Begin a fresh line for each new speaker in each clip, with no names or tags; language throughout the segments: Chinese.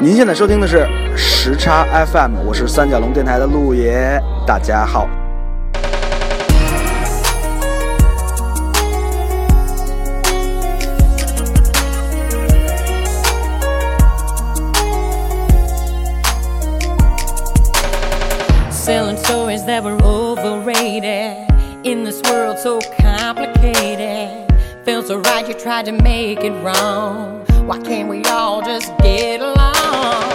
您现在收听的是时差 FM，我是三角龙电台的陆爷，大家好。
selling stories that were overrated in this world so complicated felt so right you tried to make it wrong why can't we all just get along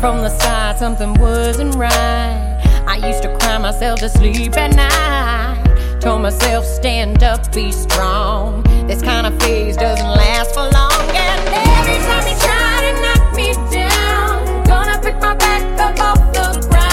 from the start something wasn't right i used to cry myself to sleep at night told myself stand up be strong this kind of phase doesn't last for long and every time you try to knock me down gonna pick my back up off the ground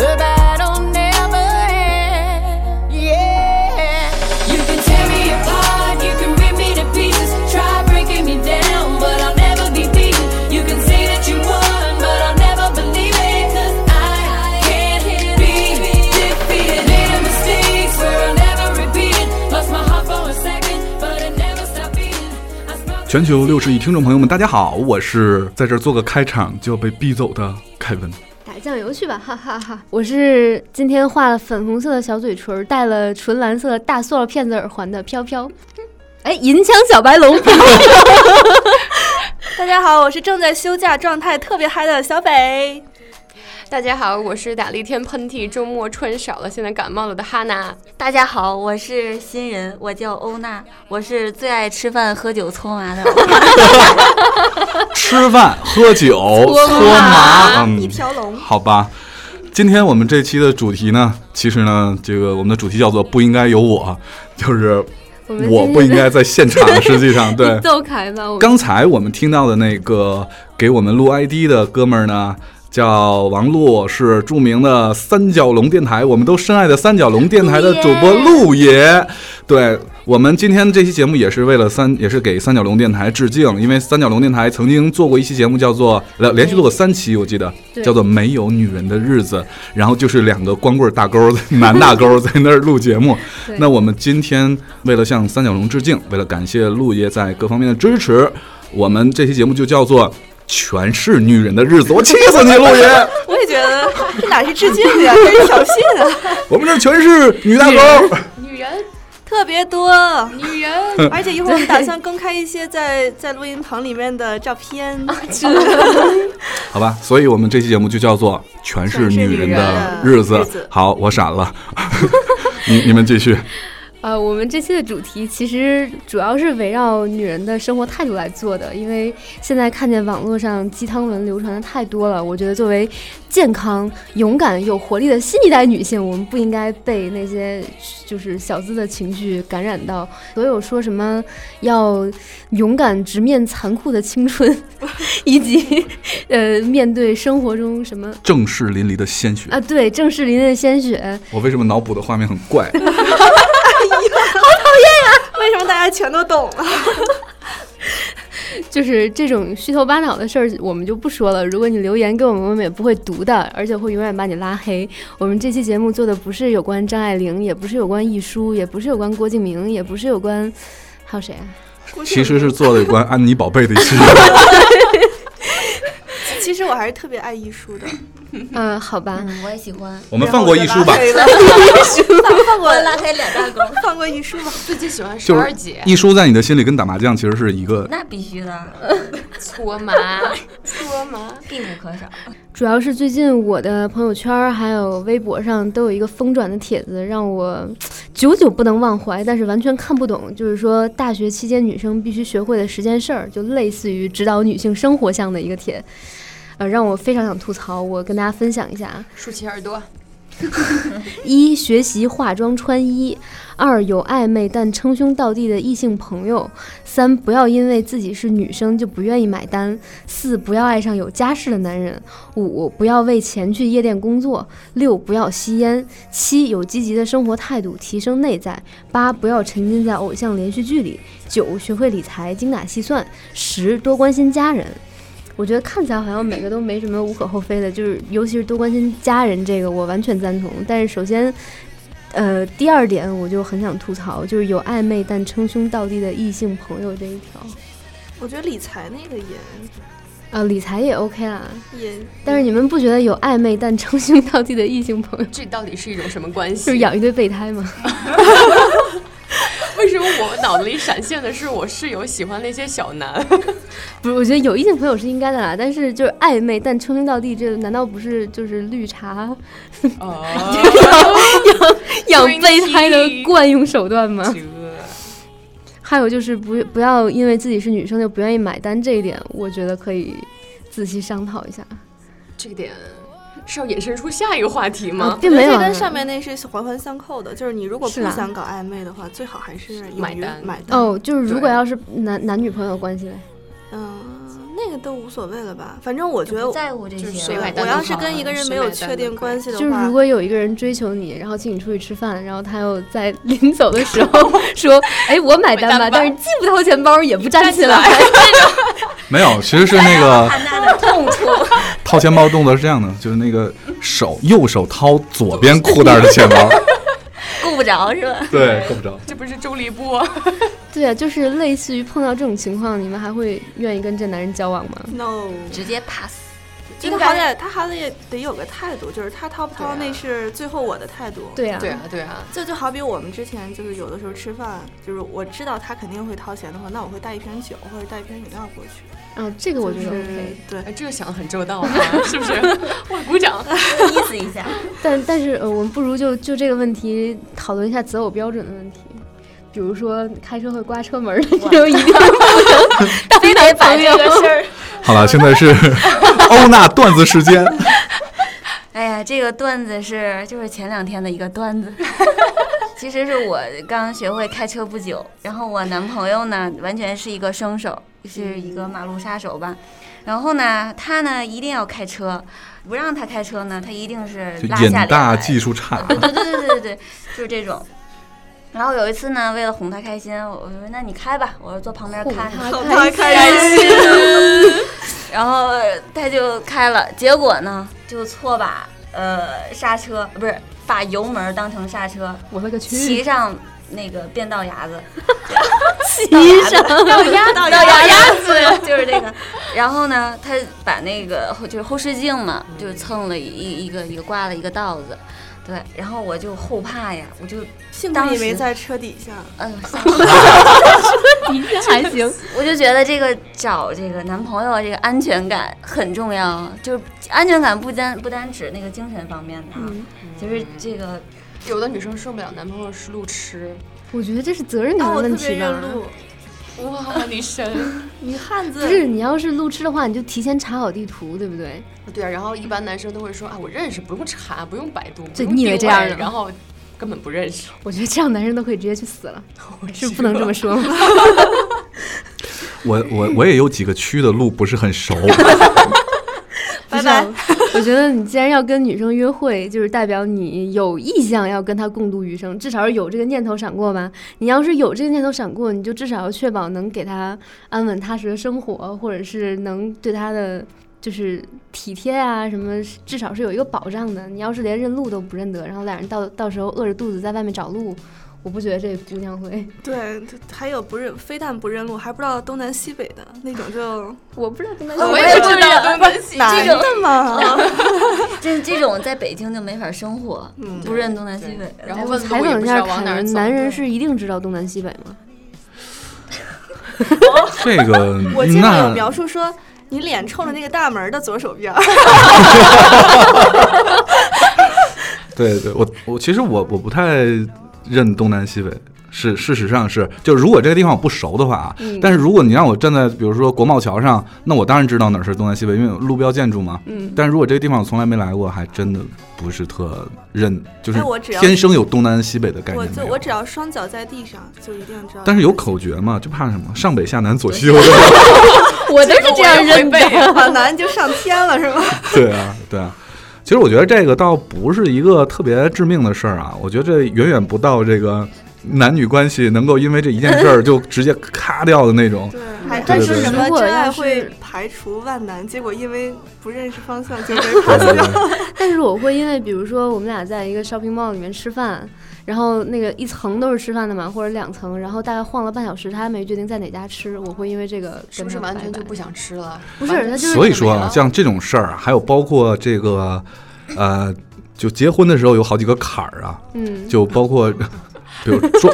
the battle never ends. Yeah. You can tear me apart, you can rip me to pieces, try breaking me down, but I'll never be beaten. You can say that you won, but I'll never believe it, 'cause I can't be defeated. Made a mistake, swear I'll never repeat it. Lost my heart for a second, but it never stopped beating. I smiled.
全球六十亿听众朋友们，大家好，我是在这儿做个开场就要被逼走的凯文。
打酱油去吧，哈哈哈我是今天画了粉红色的小嘴唇，戴了纯蓝色大塑料片子耳环的飘飘。 哎，银枪小白龙，
大家好，我是正在休假状态特别嗨的小北。
大家好，我是打了一天喷嚏，周末穿少了，现在感冒了的哈娜。
大家好，我是新人，我叫欧娜，我是最爱吃饭、喝酒、搓麻的欧娜。
吃饭、喝酒、搓麻，嗯，一条龙，好吧。今天我们这期的主题呢，其实呢，这个我们的主题叫做“不应该有我”，就是
我们
我
今
不
天
应该在现场。 实际上，对，
揍凯吧，我们
刚才我们听到的那个给我们录 ID 的哥们儿呢，叫王璐，是著名的三角龙电台，我们都深爱的三角龙电台的主播陆爷。对我们今天这期节目也是为了三，也是给三角龙电台致敬，因为三角龙电台曾经做过一期节目，叫做呃连连续做过三期，我记得
对
叫做《没有女人的日子》，然后就是两个光棍大勾儿男大勾儿在那儿录节 目。
对
那我们今天为了向三角龙致敬，为了感谢陆爷在各方面的支持，我们这期节目就叫做《全是女人的日子》。我气死你，陆爷！
我也觉得这哪是致敬的呀，这是挑衅啊！
我们这全是女大勾儿，
女人，
特别多，
女人，
而且一会儿我们打算公开一些在在录音棚里面的照片。
好吧？所以我们这期节目就叫做《全是女人的日子
全是女人的日》子。
好，我闪了。 你你们继续，
呃，我们这期的主题其实主要是围绕女人的生活态度来做的，因为现在看见网络上鸡汤文流传的太多了。我觉得作为健康、勇敢、有活力的新一代女性，我们不应该被那些就是小资的情绪感染到。所有说什么要勇敢直面残酷的青春， 以及呃面对生活中什么
正视淋漓的鲜血。
啊，对，正视淋漓的鲜血，
我为什么脑补的画面很怪？
为什么大家全都懂了？
就是这种虚头巴脑的事儿，我们就不说了。如果你留言给我们，我们也不会读的，而且会永远把你拉黑。我们这期节目做的不是有关张爱玲，也不是有关易舒，也不是有关郭敬明，也不是有关还有谁啊？
其实是做了有关安妮宝贝的一期。
其实我还是特别爱艺术的。
嗯、好吧，
嗯，我也喜 欢。
我们放过一书吧，
然后我就拉黑了放过
拉黑俩大狗，
放过艺术吧。
最近喜欢十
就
二
是
姐，
一书在你的心里跟打麻将其实是一个
那必须的，
搓麻，搓麻，
必不可少。
主要是最近我的朋友圈儿还有微博上都有一个疯转的帖子，让我嗯久久不能忘怀，但是完全看不懂。就是说，大学期间女生必须学会的十件事儿，就类似于指导女性生活向的一个帖，呃，让我非常想吐槽。我跟大家分享一下：
竖起耳朵，
一、学习化妆穿衣；二、有暧昧但称兄道弟的异性朋友；三、不要因为自己是女生就不愿意买单；四、不要爱上有家室的男人；五、不要为钱去夜店工作；六、不要吸烟；七、有积极的生活态度，提升内在；八、不要沉浸在偶像连续剧里；九、学会理财，精打细算；十、多关心家人。我觉得看起来好像每个都没什么无可厚非的，就是尤其是多关心家人这个，我完全赞同。但是首先，呃，第二点我就很想吐槽，就是有暧昧但称兄道弟的异性朋友这一条。
我觉得理财那个也
啊，理财也 OK 啦。
也
但是你们不觉得有暧昧但称兄道弟的异性朋友，
这到底是一种什么关
就是
系？
养一堆备胎吗？
为什么我脑子里闪现的是我室友喜欢那些小男？
不是，我觉得有异性朋友是应该的啦。但是就是暧昧但称兄道弟，这难道不是就是绿 茶
哦，
养
闺蜜
备胎的惯用手段吗？
这
还有就是不不要因为自己是女生就不愿意买单这一点，我觉得可以仔细商讨一下。
这个点是要衍生出下一个话题
啊
吗？
并没有
这
啊
跟上面那是环环相扣的，就是你如果
是
不
啦
想搞暧昧的话，最好还是勇
买
于
单
买单。
哦，就是如果
对
要是男男女朋友关系嘞，
嗯，那个都无所谓了吧，反正我觉得
不在乎这
就是
些
谁
了
买。
我
单
要
都
是
好
跟一个人没有确定关系的
就是
话，
如果有一个人追求你，然后请你出去吃饭，然后他又在临走的时候说：“哎，我买单吧。”
买单吧
但是既不掏钱包，也不站起来。
没有，其实是那个
汉娜的痛处，
掏钱包动作是这样的，就是那个手右手掏左边裤袋的钱包，
顾不着是吧？
对，够不着。
这不是周立波？
对啊，就是类似于碰到这种情况，你们还会愿意跟这男人交往吗？
no，
直接 pass。
就他好歹他好歹也得有个态度，就是他掏不掏那是最后我的态度。
啊对啊，
对啊，对啊，
这就好比我们之前就是有的时候吃饭，就是我知道他肯定会掏钱的话，那我会带一瓶酒或者带一瓶饮料过去。
嗯、这个我觉得
就
OK，
是对，
哎，这个想的很周到啊， 是不是？哇，鼓掌！
意思一下，
但但是、呃、我们不如就就这个问题讨论一下择偶标准的问题。比如说开车会刮车门儿的这种一定不能非男朋友，
儿。
好了，现在是欧娜段子时间。
哎呀，这个段子是就是前两天的一个段子， 其实是我刚学会开车不久，然后我男朋友呢完全是一个生手，是一个马路杀手吧。然后呢，他呢一定要开车，不让他开车呢，他一定是
就
拉
眼
下脸
大
来
技术差，
对对对对对对，就是这种。然后有一次呢，为了哄他开心，我说：“那你开吧，我坐旁边看着。”
他开心，
然后他就开了，结果呢就错把呃刹车不是把油门当成刹车，
我勒个
骑
去！
上那个变道牙子，
骑上
道牙子，道
牙
牙子就是这个。然后呢，他把那个后就是后视镜嘛，就蹭了一一一个一个刮了一个道子。对，然后我就后怕呀，我就
幸
当
亏
时
你没在车底下。
哎呦，吓
的确还行，
我就觉得这个找这个男朋友这个安全感很重要，就是安全感不单不单指那个精神方面的啊，就是这个
有的女生受不了男朋友是路痴，
我觉得这是责任感
啊，
的
我
问
特
题
别
吧。
认路，
哇，你神！啊
女汉子
不是，你要是路痴的话，你就提前查好地图，对不对？
对啊，然后一般男生都会说啊，我认识，不用查，不用百度，不
对
用
你以为
定
这样
位
的吗
然后根本不认识，
我觉得这样男生都可以直接去死了，
我
是不能这么 说吗？
我我我也有几个区的路不是很 熟，
不是啊， 我觉得你既然要跟女生约会，就是代表你有意向要跟她共度余生，至少是有这个念头闪过吧。你要是有这个念头闪过，你就至少要确保能给她安稳踏实的生活，或者是能对她的。就是体贴啊，什么至少是有一个保障的。你要是连认路都不认得，然后俩人到到时候饿着肚子在外面找路，我不觉得这姑娘会
对，还有不认，非但不认路，还不知道东南西北的那种就，
我不知道怎么
我也不知道东南西
男
这个
的嘛，
这这种在北京就没法生活，
嗯
不认东南西北
然
的。
后
我
问
采
路也
访
不
一
知
下
道往
凯
哪儿
文，
走。
男人是一定知道东南西北吗？
这个嗯
我见过有
那
描述说，你脸冲着那个大门的左手边儿，
对对，我我其实我我不太认东南西北。是，事实上是，就如果这个地方我不熟的话啊，
嗯
但是如果你让我站在比如说国贸桥上，那我当然知道哪儿是东南西北，因为有路标建筑嘛。
嗯，
但如果这个地方我从来没来过，还真的不是特认，就是
哎我只要
天生有东南西北的概
我
念
就
没有
我只要双脚在地上，就一定知道。
但是有口诀嘛，就怕什么上北下南左西右。
我都是这样认的。
往南就上天了，是吗？
对啊，对啊。其实我觉得这个倒不是一个特别致命的事儿啊，我觉得这远远不到这个男女关系能够因为这一件事儿就直接咔掉的那种。
对，还
对
还
哎对
说
对
什么
如果
真爱
要是
会排除万难，结果因为不认识方向就被 pass
对
掉。
对
但是我会因为，比如说我们俩在一个 shopping mall 里面吃饭，然后那个一层都是吃饭的嘛，或者两层，然后大概晃了半小时，他还没决定在哪家吃，我会因为这个
是不是
跟他
完全
拜
就
拜
不？想吃了？
不是，他就是
所以
这
说
么
啊，像这种事儿啊，还有包括这个，呃，就结婚的时候有好几个坎儿啊，
嗯
就包括， 比如说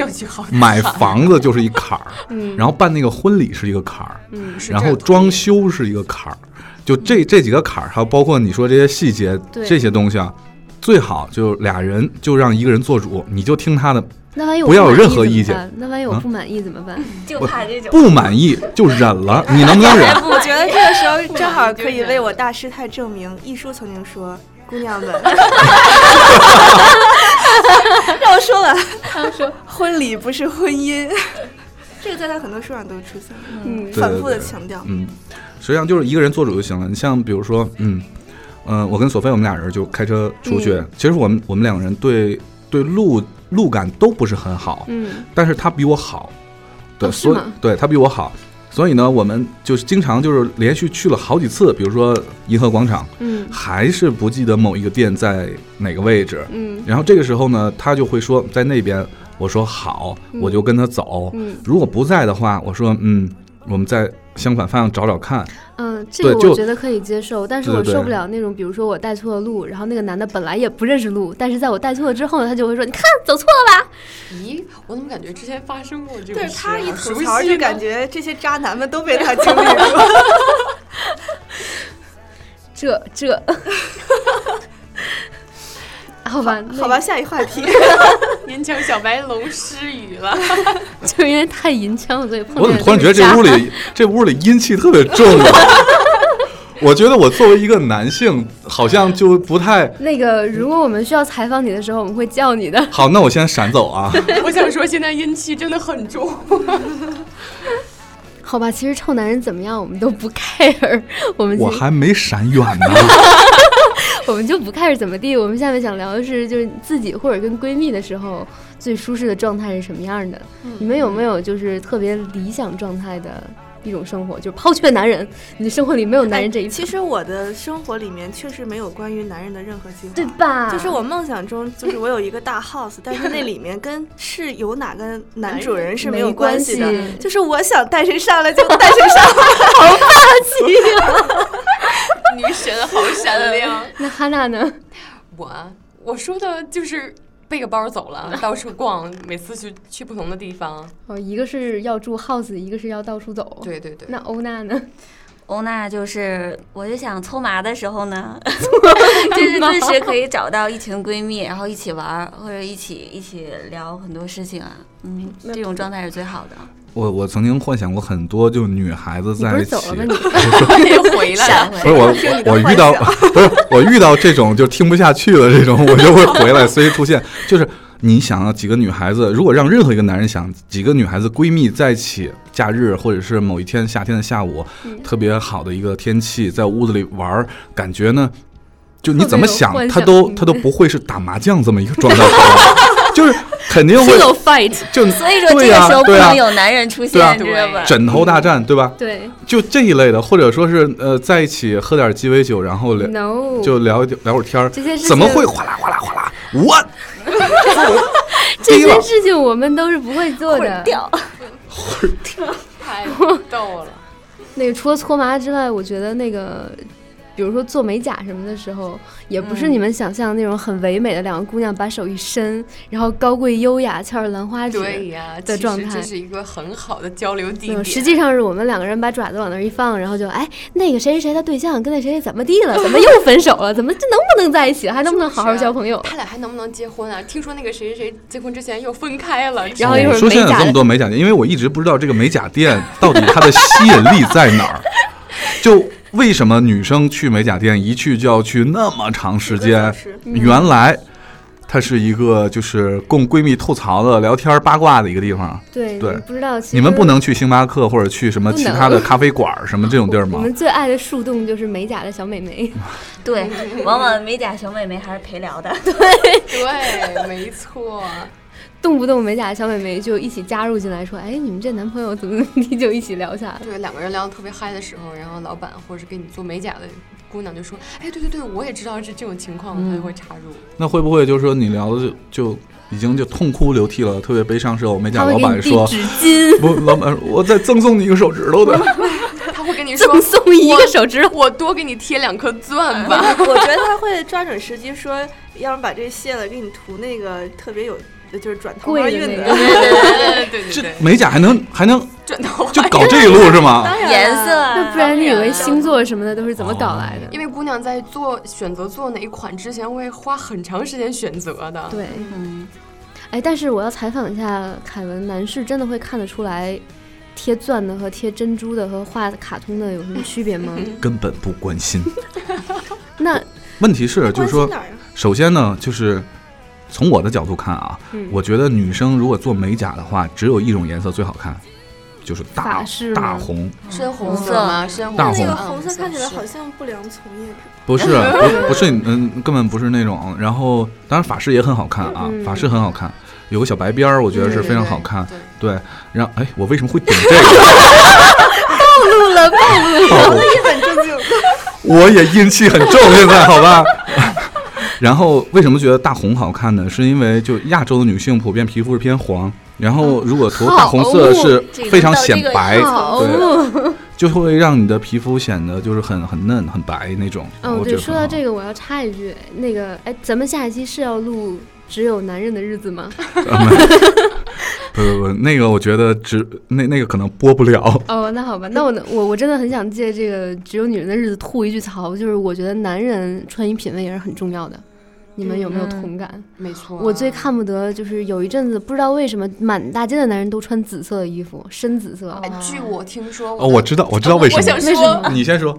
买房子就是一坎儿，
嗯
然后办那个婚礼是一个坎儿，
嗯
然后装修是一个坎儿，就这这几个坎儿，还有包括你说这些细节
对
这些东西啊，最好就俩人就让一个人做主，你就听他的，
那万一我
不要有
满
任
意
何
怎么
意见
办，那万一我
啊
不满意怎么办？
就怕这种
不满意就忍了，你能不能忍？
我觉得这个 时候正好可以为我大师太证明。一舒曾经说：“姑 娘们，让我说完。”说：“ 婚礼不是婚姻。”这个在他很多书上都出现，
嗯
对
反复的
对
强调。
嗯，实际上就是一个人做主就行了。你像比如说，嗯，嗯、我跟索菲我们俩人就开车出去，
嗯
其实我们我们两个人对对路路感都不是很好，
嗯
但是他比我好，对，
哦是
所以
吗
对他比我好，所以呢，我们就是经常就是连续去了好几次，比如说银河广场，
嗯
还是不记得某一个店在哪个位置，
嗯
然后这个时候呢，他就会说在那边，我说好，
嗯
我就跟他走，
嗯
如果不在的话，我说嗯，我们在相反方向找找看。
嗯，这个
对就
我觉得可以接受，但是
对
我
对
受
对
不了那种，比如说我带错了路，然后那个男的本来也不认识路，但是在我带错了之后呢，他就会说：“你看，走错了吧
咦，我怎么感觉之前发生过这
对
种
是
事
他
啊？
一
熟
吐
悉
槽，就
呢
感觉这些渣男们都被他经 历过。？”
这这， 好吧，那
好吧，，下一话题。
银枪小白龙失语了。
就因为太银枪了，所以碰见
我怎么
了
突然觉得
这个
这屋
渣
里这屋里阴气特别重 啊？我觉得我作为一个男性，好像就不太
那个，如果我们需要采访你的时候，我们会叫你 的。
好。那我先闪走 啊！
我想说，现在阴气真的很重。
好吧，其实臭男人怎么样，我们都不 care，我们
我
就
还没闪远呢。
我们就不 care 怎么地。我们下面想聊的是，就是自己或者跟闺蜜的时候最舒适的状态是什么样的？你们有没有就是特别理想状态的一种生活？就抛却男人，你的生活里没有男人这一
哎
期，
其实我的生活里面确实没有关于男人的任何计划。
对吧？
就是我梦想中，就是我有一个大 house，但是那里 面跟是有哪个男主人是没有关系的
没关系，
就是 我想带谁上来就带谁上来。
女神好闪亮。
那哈娜呢？
我啊我说的就是背个包走了，到处逛，每次去去不同的地方。
哦，一个是要住 house，一个是要到处走。。
对对对，
那欧娜呢？
欧娜就是，我就想搓麻的时候呢，就是顿时可以找到一群闺蜜，然后一起玩儿，或者一起一起聊很多事情啊。嗯，这种状态是最好的。
我我曾经幻想过很多，就女孩子
你不
在
是
一起
走。了吗？ 你
又回来
闪
了。
回
不是我我我遇到 不是我遇到这种就听不下去了这种，我就会回来随时出现。就是你想啊，几个女孩子，如果让任何一个男人想几个女孩子闺蜜在一起，假日或者是某一天夏天的下午，
嗯
特别好的一个天气，在屋子里玩儿，感觉呢，就你怎么想
特别，有幻
他
想
都
嗯
他都不会是打麻将这么一个状态出来，就是肯定会
fight。
就
所以说这
对
个
呀
时候不
对呀
能有男人出
对啊
现，知道吧？
枕头大战，对吧？
对
就这一类的，或者说是呃，在一起喝点鸡尾酒，然后聊。
，no，
就聊一聊会儿天儿，
这些事情
怎么会哗啦哗啦哗啦？我
这
低了
些事情我们都是不会做的。
掉，
太 逗了。
那个除了搓麻之外，我觉得那个，比如说做美甲什么的时候，也不
嗯
是你们想象的那种很唯美的两个姑娘把手一伸，然后高贵优雅翘着兰花指。
对呀，
的
其
状
实
态
这是一个很好的交流地
嗯
点。
实际上是我们两个人把爪子往那儿一放，然后就哎，那个谁谁谁的对象跟那谁谁怎么 地了，怎么又分手了，怎么这能不能在一起啊了，还能不能好好交朋友？
他俩还能不能结婚啊？听说那个谁谁谁结婚之前又分开了，
然后一会
我
儿
哦说
美
现在有
甲
这么
的
多美甲店，因为我一直不知道这个美甲 店到底它的吸引力在哪儿。就为什么女生去美甲店一去就要去那么长时间？
嗯
原来它是一个就是供闺蜜吐槽的、聊天八卦的一个地方。
对
对
不知道其
你们
实
不能去星巴克或者去什么
不
其
能
他的咖啡馆儿什么这种地儿
我
吗？
们最爱的树洞就是美甲的小美眉，
对，往往美甲小美眉还是陪聊的。
对，没错。
动不动美甲的小美眉就一起加入进来，说：“哎，你们这男朋友怎么怎么 地？”就一起聊下来。
对，两个人聊得特别嗨的时候，然后老板或者是给你做美甲的姑娘就
嗯
说：“哎，对对对，我也知道是这种情况，她就会插入。
那会不会就是说你聊的就就已经就痛哭流涕了，特别悲伤时候，我没
他
讲
会
老
给你
板
递
说，
纸 巾，
不，老板，我再赠送你一个手指头的。
他会跟你说
赠送一个手指头。
我多给你贴两颗钻 吧。
我觉得他会抓准时机说，要么把这卸了，给你涂那个特别有，就是转桃花
贵的
运
那
的。
个
对对对对
这
对，
美甲还能还能
转头
就搞这一路是 吗？
当然
颜
了
色啊，
那不然你以为星座什么的都是怎
哦
么搞来的？
因为姑娘在做选择做哪一款之前，会花很长时间选择的。
对，
嗯，
哎，但是我要采访一下凯文，男士真的会看得出来贴钻的和贴珍珠的和画卡通的有什么区别吗？
根本不关心。
那
问题是，就是说
关心，哪儿啊
首先呢，就是从我的角度看啊，
嗯
我觉得女生如果做美甲的话，只有一种颜色最好看，就是大
法式吗
大红，
深红
红
色
色
吗？深
大红
红色
那个
嗯
红色看起来
是
好像不良从业者。
不 是不不是嗯，根本不是那种。然后，当然法式也很好看啊，
嗯
法式很好看，有个小白边儿，我觉得是非常好看。
对对
对，然后哎，我为什么会点这个？暴露了，暴露了，
一本正经，
哦我也阴气很重，现在好吧。 然后为什么觉得大红好看呢？是因为就亚洲的女性普遍皮肤是偏黄，然后如果涂大红色是非常显白，
好
对，就会让你的皮肤显得就是很很嫩、很白那种。
哦，
我觉
对，
得
说
很
到
好
这个，我要插一句，那个，哎，咱们下一期是要录《只有男人的日子》吗？
啊 没不不不，那个我觉得只那那个可能播不了。
哦，那好吧，那我能我我真的很想借这个《只有女人的日子》吐一句槽，就是我觉得男人穿衣品味也是很重要的。你们有没有同感？
没错啊。
我最看不得就是有一阵子，不知道为什么满大街的男人都穿紫色的衣服，深紫色。
哎，据我听说，
哦，我知道，我知道为什
我想
么。
为什
说
么，
你先说，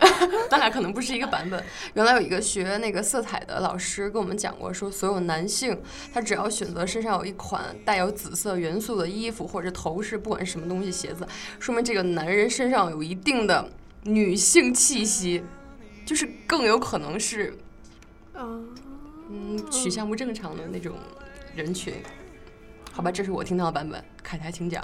咱俩可能不是一个版本。原来有一个学那个色彩的老师跟我们讲过，说所有男性他只要选择身上有一款带有紫色元素的衣服或者头饰，不管是什么东西，鞋子，说明这个男人身上有一定的女性气息，就是更有可能是
嗯，
嗯取向不正常的那种人群。好吧，这是我听到的版本，凯台请讲。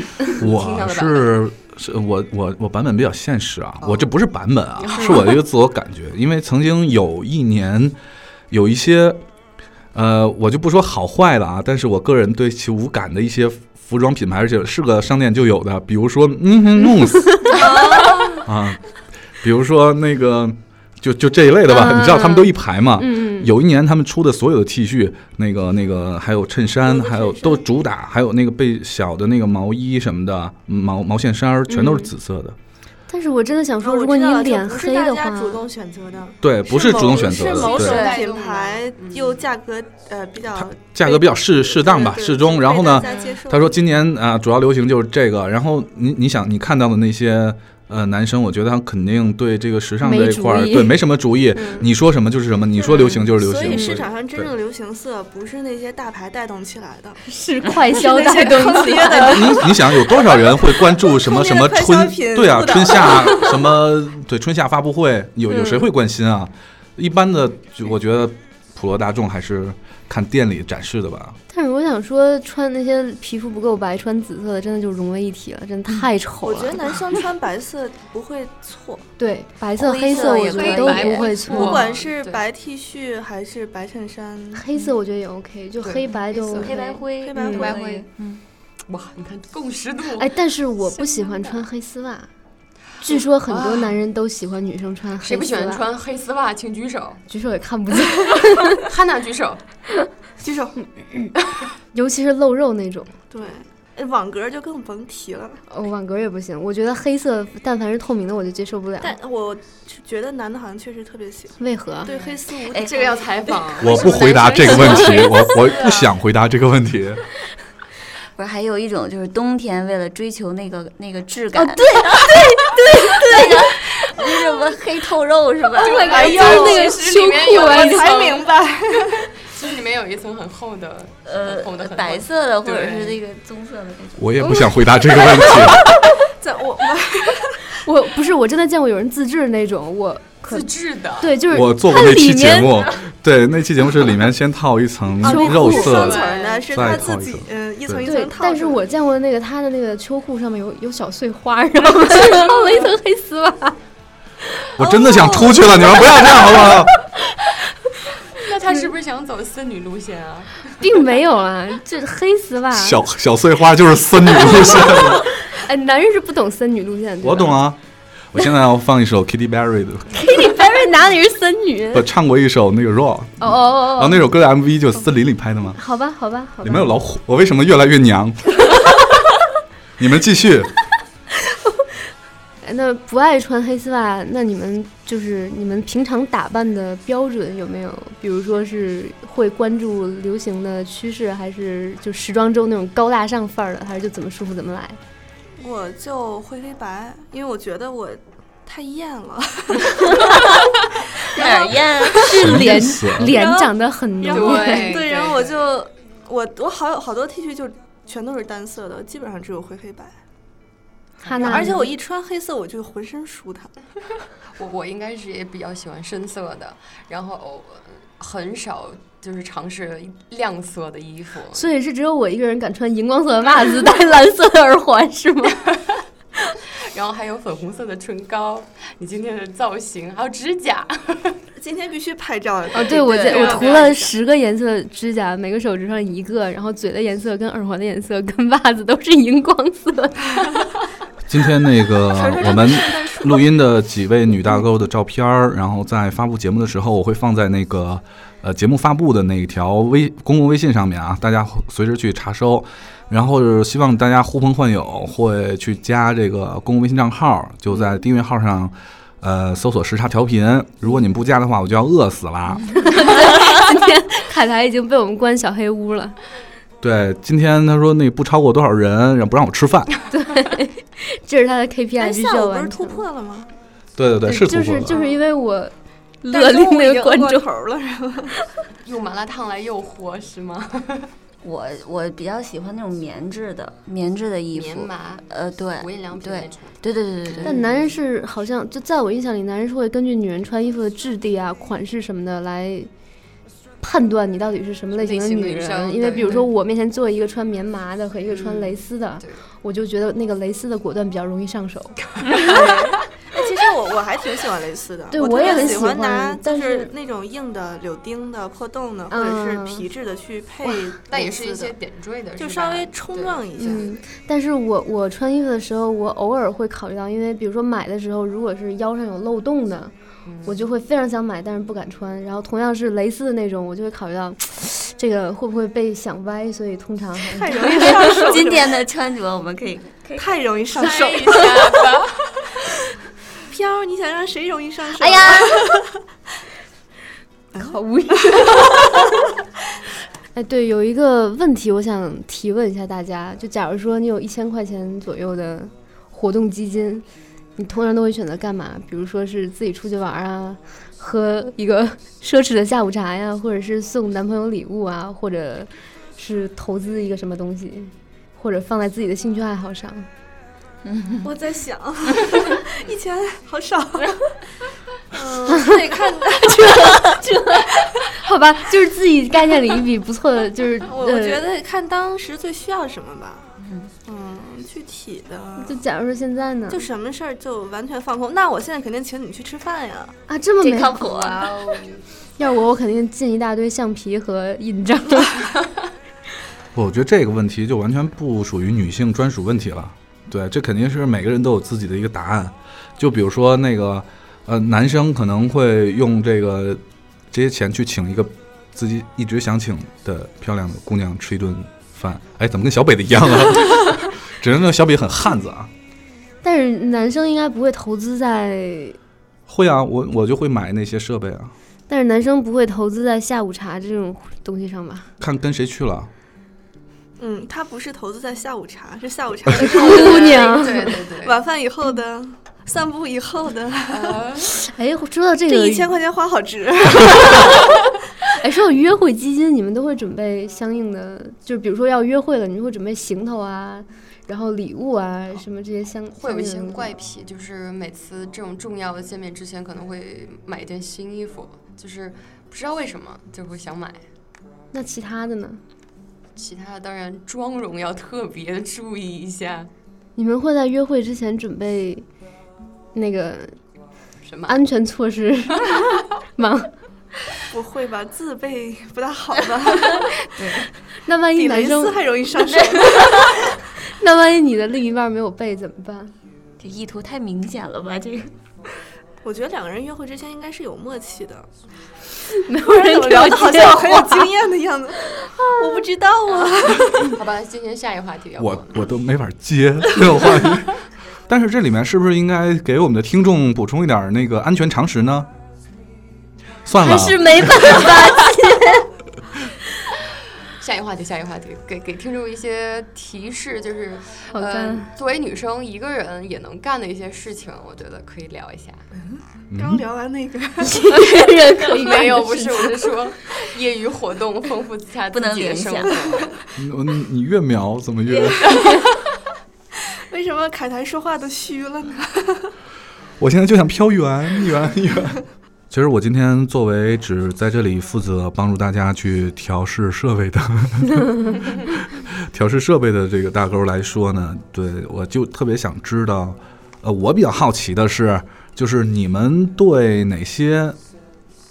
听到
我
的版
是是我我我版本比较现实啊，
哦
我这不是版本啊，是我的一个自我感觉，因为曾经有一年有一些。呃，我就不说好坏了啊，但是我个人对其无感的一些服装品牌，而且是个商店就有的，比如说嗯哼 Noons 啊，比如说那个就就这一类的吧，你知道
嗯
他们都一排嘛，
嗯，
有一年他们出的所有的 T 恤，那个那个还有衬衫，还有都主打，还有那个被小的那个毛衣什么的，毛毛线衫儿全都是紫色的。
嗯
但是我真的想说，
哦
如果你
我知道了
脸
这
黑
不是大
的
家
话，
主动选择的，
对，呃不是主动选择
是
的，
某种
对，
品牌又价格呃比较
价格比较适适当吧，
对对
适中。然后呢
被，大家接受
他说今年啊、主要流行就是这个。然后你你想你看到的那些呃男生，我觉得他肯定对这个时尚这一块儿
没主意
对没什么主意，你说什么就是什么，你说流行就是流
嗯所
行。
以市
对
场上真正流行色不是那些大牌带动起来的，
是快消带动起来的。
你你想有多少人会关注 什么什么
后面的
春
快消品
对啊
不倒
春 夏什么对春夏发布会有有谁
嗯
会关心啊？一般的就我觉得普罗大众还是看店里展示的吧。
但是我想说，穿那些皮肤不够白、穿紫色的，真的就融为一体了，真的太丑
我
了。
啊
觉得 男生穿白色不会错，
对白色、
灰
黑
色
色，我
也
觉
可
得
以
都
白
不会
不
不
错
管。
管是
对
白 T 恤还是白衬衫，
黑色我觉得也 OK，就
对
黑白都 OK
黑白。灰，
黑白
灰
白
嗯，哇，你看共识度，
哎，但是我不喜欢穿黑丝袜。据说很多男人都喜欢女生穿黑丝袜，
啊谁不喜欢？穿黑丝袜？请举手。
举手也看不见，
汉娜举手。
举手。
尤其是露肉那种。
对，哎网格就更甭提了。
哦，网格也不行，我觉得黑色，但凡是透明的我就接受不了。
但我是觉得男的好像确实特别喜欢
为何？啊
对黑丝无
哎
敌。
这个要采访，
我不回答这个问题，我我不
啊
想回答这个问题。
不是还有一种就是冬天为了追求那个那个质感，
哦
对对对对，那 个那什么黑透肉是 吧？对
哎呦，
就是那个
其实里面有
秋裤啊
一
你
层，
白，
其实里面有一层很厚的，很厚的
呃，
很
白
厚
色的或者
对
是这个棕色的那种。
我也不想回答这个 问题。
在我
我不是，我真的见过有人自制那种，我可
自制的。
对，就是
我做过那期节
它里面，
目，对，那期节目是里面先套一
哦
层
秋裤
肉
不是
色
双
的
层儿的，是他自己嗯一层一
对
层，套。
但是我见过那个他的那个秋裤上面有有小碎 花，然后套了一层黑丝袜。
哦
我真的想出去了，你们不要这样好不好？
那它是不是想走森女路线啊？
并没有啊，这黑丝袜，
小小碎花就是森女路线的，
哎，男人是不懂森女路线的。
我懂啊。我现在要放一首 Katy Perry 的，
，Katy Perry 哪里是森女？
不啊唱过一首那个 Raw，
哎
然
哦哦哦
后那首歌的 MV 就是森林里拍的嘛，
哦，好吧，好吧，好吧。
里面有老虎。我为什么越来越娘？ 你们继 续。
哎那不爱穿黑丝袜，那你们就是你们平常打扮的标准有没有？比如说是会关注流行的趋势，还是就时装周那种高大上范儿的，还是就怎么舒服怎么来？
我就灰黑白，因为我觉得我太艳 了。
哪儿艳啊？
是脸
死了
脸长得很
然后
浓
我
对对
然后我
对
就我我好有好多 T 恤就全都是单色的，基本上只有灰黑白。
哈娜，
而且我一穿黑色，我就浑身舒坦。
我我应该是也比较喜欢深色的，然后很少就是尝试亮色的衣服。
所以是只有我一个人敢穿荧光色的袜子，戴蓝色的耳环是吗？
然后还有粉红色的唇膏，你今天的造型，还有指甲，
今天必须拍照。
哦，对，我在
对
我
对
涂
对
了十个颜色的指甲，每个手指上一个，然后嘴的颜色跟耳环的颜色跟袜子都是荧光色的。
今天那 个我们录音的几位女大哥的照片儿，然后在发布节目的时候，我会放在那个呃节目发布的那一条微公共微信上面啊，大家随时去查收。然后是希望大家呼朋唤友，会去加这个公共微信账号，就在订阅号上。
嗯
呃，搜索时差调频。如果你们不加的话，我就要饿死啦。
今天凯台已经被我们关小黑屋了，
对，今天他说那不超过多少人，然后不让我吃饭。
这是他的 KPI
哎，
必须
下
要
午不是
完
突
成。
破 了吗？
对对对，是突
就
破
是
了。
就是因为我
但
勒
中
令
午
那
已
个
经
观
饿过
众，
头 了，然后
用麻辣烫来诱惑是吗？
我我比较喜欢那种棉质的棉质的衣
棉
服，
麻，
呃，对，
无印良品那
对
种。
对对对对对，
但男人是好像就在我印象里，男人是会根据女人穿衣服的质地啊、款式什么的来判断你到底是什么类型的
类型的
女
女
人。
生
因为
对
比如
对
说我面前坐一个穿棉麻的和一个穿
嗯
蕾丝的，
对
我就觉得那个蕾丝的果断比较容易上手。
哎其实我我还挺喜欢蕾丝的，
对
我
我
特
也
别
很
喜
喜
欢
欢
拿
但
就是那种硬的、柳钉的、破洞的，或
嗯
者是皮质的去配蕾丝的，
但也是一些点缀的，
就是稍
吧
微冲
对
撞一下。
嗯，但是我我穿衣服的时候，我偶尔会考虑到，因为比如说买的时候，如果是腰上有漏洞的，我就会非常想买，但是不敢穿。然后同样是蕾丝的那种，我就会考虑到 这个会不会被想歪，所以通常还是
太容易 上手，
今天的穿着我们可以
太容易上手。
一下吧。
飘，你想让谁容易上手？啊
哎 呀，
好无语。哎，对，有一个问题我想提问一下大家，就假如说你有一千块钱左右的活动基金，你通常都会选择干嘛？比如说是自己出去玩啊，喝一个 奢侈的下午茶呀，或者是送男朋友礼物啊，或者是投资一个什么东西，或者放在自己的兴趣爱好上。
我在想， 一千好 少。嗯，得看
好吧，就是自己概念里一笔不错的，就是
我，我
呃
觉得看当时最需要什么吧。嗯，具体的
就假如说现在呢，
就什么事儿就完全放空。那我现在肯定请你们去吃饭呀。
啊这么
这
美
靠
好。
谱 啊！
要我，我肯定进一大堆橡皮和印 章。
不，我觉得这个问题就完全不属于女性专属问题了。对，这肯定是每个人都有自己的一个答案。就比如说那个，呃，男生可能会用这个这些钱去请一个自己一直想请的漂亮的姑娘吃一顿饭。哎，怎么跟小北的一样啊？ 只能说小北很汉子啊。
但是男生应该不会投资在，
会啊，我我就会买那些设备啊，
但是男生不会投资在下午茶这种东西上吧？
看跟谁去了。
嗯，他不是投资在下午茶，是下午茶
姑娘，
对对 对，
晚饭以后的。散步以后的
哎，说到这
这
个，
一千块钱花好值，
哎，说到约会基金，你们都会准备相应的，就是比如说要约会了，你们会准备行头啊，然后礼物啊，什么这些相
会有一些
相应的
怪癖，就是每次这种重要的见面之前，可能会买一件新衣服，就是不知道为什么就会想买。
那其他的呢？
其他的当然妆容要特别注意一下，
你们会在约会之前准备那个
什么
安全措施吗？
不会吧？字背不大 好吧？
那万一
比
男
雷
生
斯，还容易上手。
那万一你的另一半没有背怎么办？
这意图太明显了吧？这个
我觉得两个人约会之前应该是有默 契的，
没有
不然
人
怎么
给我
聊的好
接
像我
话
很有经验 的样子？我不知道啊。
好吧，进行下一个话题。要不啊
我我都没法接 这种话题。但是这里面是不是应该给我们的听众补充一点那个安全常识呢？算了
还
啊，
是没办法。
下一个话题，下一个话题，给给听众一些提示，就是
好的
呃，作为女生一个人也能干的一些事情，我觉得可以聊一 下。
刚聊完那个，
一个人可以干
没有，
的
不
事
是，我是说业余活动丰富一下
不
自
能
己的
联
生
想
活。
你你你越描怎么越？
为什么凯台说话都虚了呢？
我现在就想飘远远远。 其实我今天作为只在这里负责帮助大家去调试设备的调试设备的这个大钩来说呢，对我就特别想知道，呃，我比较好奇的是，就是你们对哪些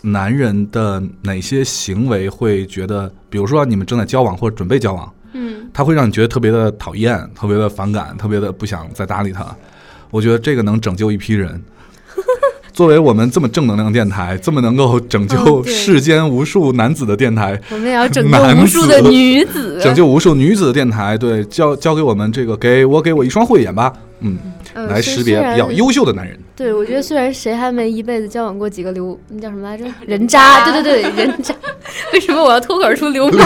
男人的哪些行为会觉得，比如说你们正在交往或者准备交往，
嗯，
他会让你觉得特别的讨厌、特别的反感、特别的不想再搭理他。我觉得这个能拯救一批 人。作为我们这么正能量电台，这么能够拯
哦
救
对
世间无数男子的电台，
我们也要拯
男
救无数的
子
女子。
拯救无数女子的电台，对，交交给我们这个，给我给我一双慧眼吧，嗯，
嗯
来
虽
识别
虽然
比较优秀的男人。
对，我觉得虽然谁还没一辈子交往过几个流，那叫什么 来着？人渣，对对对，人渣。为什么我要脱口而出流氓？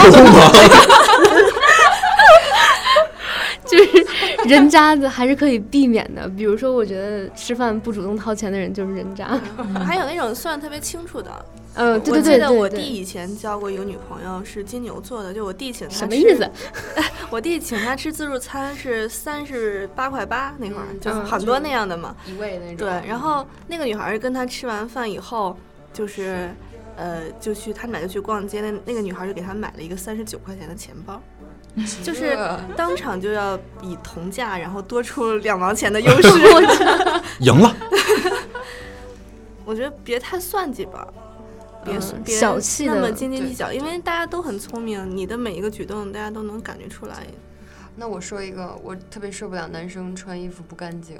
就是人渣的还是可以避免的，比如说，我觉得吃饭不主动掏钱的人就是人渣。
还有那种算特别清楚的，
嗯，对
嗯我
嗯对
记
对
得我
对
弟
对。
以前交过一个女朋友是金牛座的，就我弟请他
什么意思？？啊
我弟请他吃自助餐是三十八块八那会儿，
嗯
就是
嗯
很多那样的嘛。
一位那种。
对，然后那个女孩儿跟他吃完饭以后，就是呃，就去他们俩就去逛街，那那个女孩儿就给他买了一个三十九块钱的钱包，就是当场就要比同价，然后多出两毛钱的优势。
赢了，
我觉得别太算计吧。别、
嗯
别
小气
那
的
么斤斤
对
计较，因为大家都很聪明，你的每一个举动大家都能感觉出来。
那我说一个，我特别受不了男生穿衣服不干净，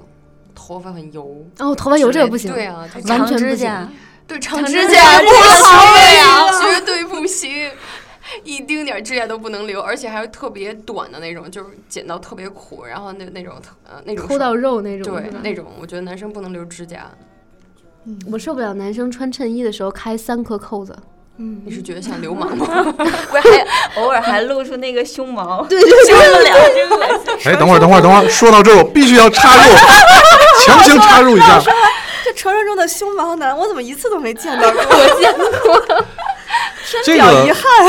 头发很油。
哦，头发油这个不行，
对啊，就
完
长
全不
指
行
甲，
对长
长
指
指
甲
甲
不
不
啊
行呀，绝对不行，一丁点儿指甲都不能留，而且还是特别短的那种，就是剪到特别苦，然后那那种呃那种
抠到
手
肉那种。
对
是吧
那种，我觉得男生不能留指甲。
我受不了男生穿衬衣的时候开三颗扣子。
你是觉得 像流氓吗？
不是还偶尔还露出那个胸毛，对对 受不了，真恶心。
哎，等会儿，等会儿，等会儿，说到这儿，我必须要插入，强行插入一下。
这传说中的胸毛男，我怎么一次都没见 到过？
这个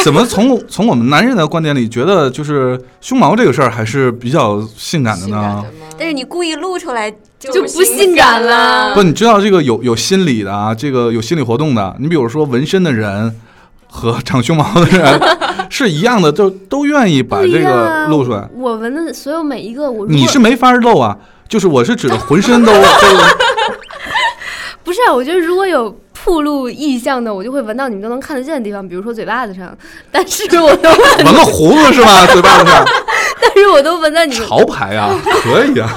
怎么从从我们男人的观点里觉得就是胸毛这个事儿还是比较性感的
性感
呢
的？吗？
但是你故意露出来就
就不性感了
不，你知道这个有有心理的啊，这个有心理活动的。你比如说纹身的人和长胸毛的人是一样的，就都愿意把
不一
这
样
个
啊
露出来。
我纹的所有每一个，我如
你
果
是没法露啊，就是我是指的浑身都都
不是啊，我觉得如果有暴露意向的，我就会闻到你们都能看得见的地方，比如说嘴巴子上。 但是我 都，
纹个胡子是吧？嘴巴子上
但是我都闻到你们。
潮牌啊，可以啊。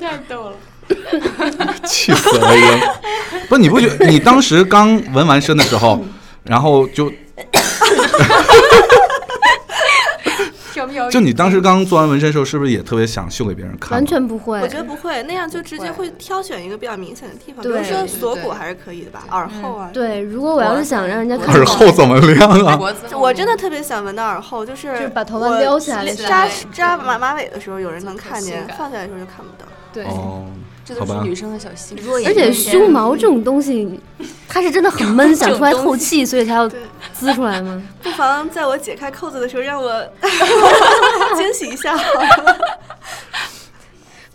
太逗了。
气死了已经。不，你不觉你当时刚纹完身的时候，然后就
飘飘欲
就你当时刚做完纹身的时候，是不是也特别想秀给别人看？
完。全不会
我，觉得不会，那样就直接会挑选一个比较明显的地方，比
对
如说
对
锁
对
骨还是可以的吧，耳后啊。
对。如果我要是想让人家看
耳
到，
后怎么亮啊？
脖子后面，
我真的特别想闻到耳后，就是
就是把头发
我
撩起来的时候
扎扎马马尾的时候，有人能看
性
见，
感
放下来的时候就看不到。
对，
哦，
这都
好
是
吧
女生的小心思。
若隐
而且胸毛这种东西，它是真的很闷，想出来透气，所以才要
对
滋出来吗？
不妨在我解开扣子的时候，让我 惊喜一下。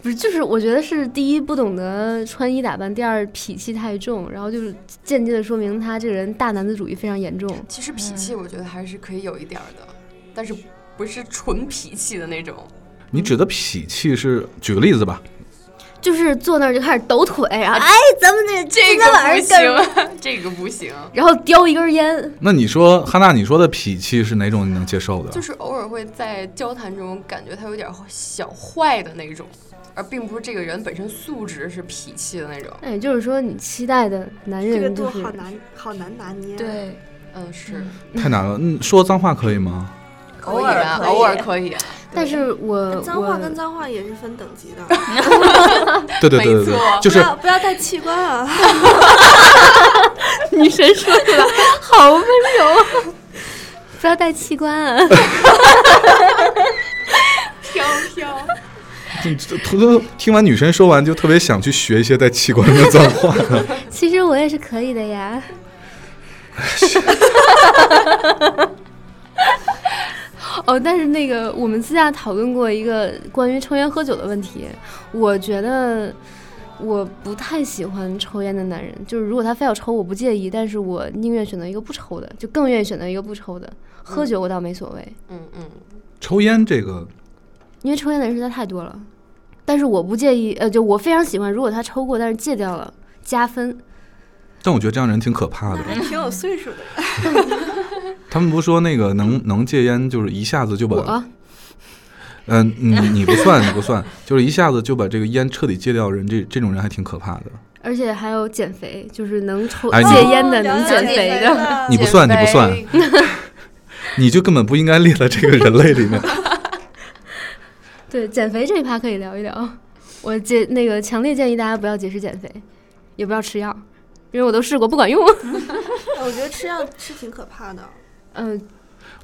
不是，就是我觉得是第一不懂得穿衣打扮，第二脾气太重，然后就是间接的说明他这个人大男子主义非常严重。
其实脾
嗯
气我觉得还是可以有一点儿的，但是不是纯脾气的那种。
你指的脾气是？举个例子吧，
就是坐那儿就开始抖腿，然后哎， 咱们这
这
今天晚上干什么
个不行，这个不行。
然后叼一根烟，
那你说哈娜，你说的痞气是哪种你能接受的？
就是偶尔会在交谈中感觉他有点小坏的那种，而并不是这个人本身素质是脾气的那种。
那也哎就是说，你期待的男
这个
人
度
就是
好难，好难拿捏。，
对，
嗯，是
太难了。嗯，说脏话可以吗？
偶尔啊，
可以
偶尔可以啊。
但是我
脏话 跟
我
脏话也是分等级的，
对对对对对
没错，
就是
不要不要带器 官啊！
女神说出 来 好温柔啊， 不要带器官啊。
飘飘，
图图听完女生说完，就特别想去学一些带器官的脏话。
其实我也是可以的呀。 哦，但是那个我们私下讨论过一个关于抽烟喝酒的问题，我觉得我不太喜欢抽烟的男人，就是如果他非要抽，我不介意，但是我宁愿选择一个不抽的，就更愿意选择一个不抽的。喝酒我倒没所谓，
嗯嗯，
抽烟这个，
因为抽烟的人实在太多了。但是我不介意，呃，就我非常喜欢，如果他抽过但是戒掉了，加分。
但我觉得这样人挺可怕的。
还挺有岁数的，
他们不说那个能能戒烟，就是一下子就把，
我。啊
嗯、你你不算，你不算，就是一下子就把这个烟彻底戒掉的人，这这种人还挺可怕的。
而且还有减肥，就是能抽、
哎你
戒烟的，
哦
能
原
减
来
肥
这
的。
样
你不算，你不算，
减肥
你就根本不应该列在这个人类里 面。
对，减肥这一趴可以聊一聊。我建那个强烈建议大家不要节食减肥，也不要吃药，因为我都试过不 管用。
我觉得吃药是挺可怕的。
嗯、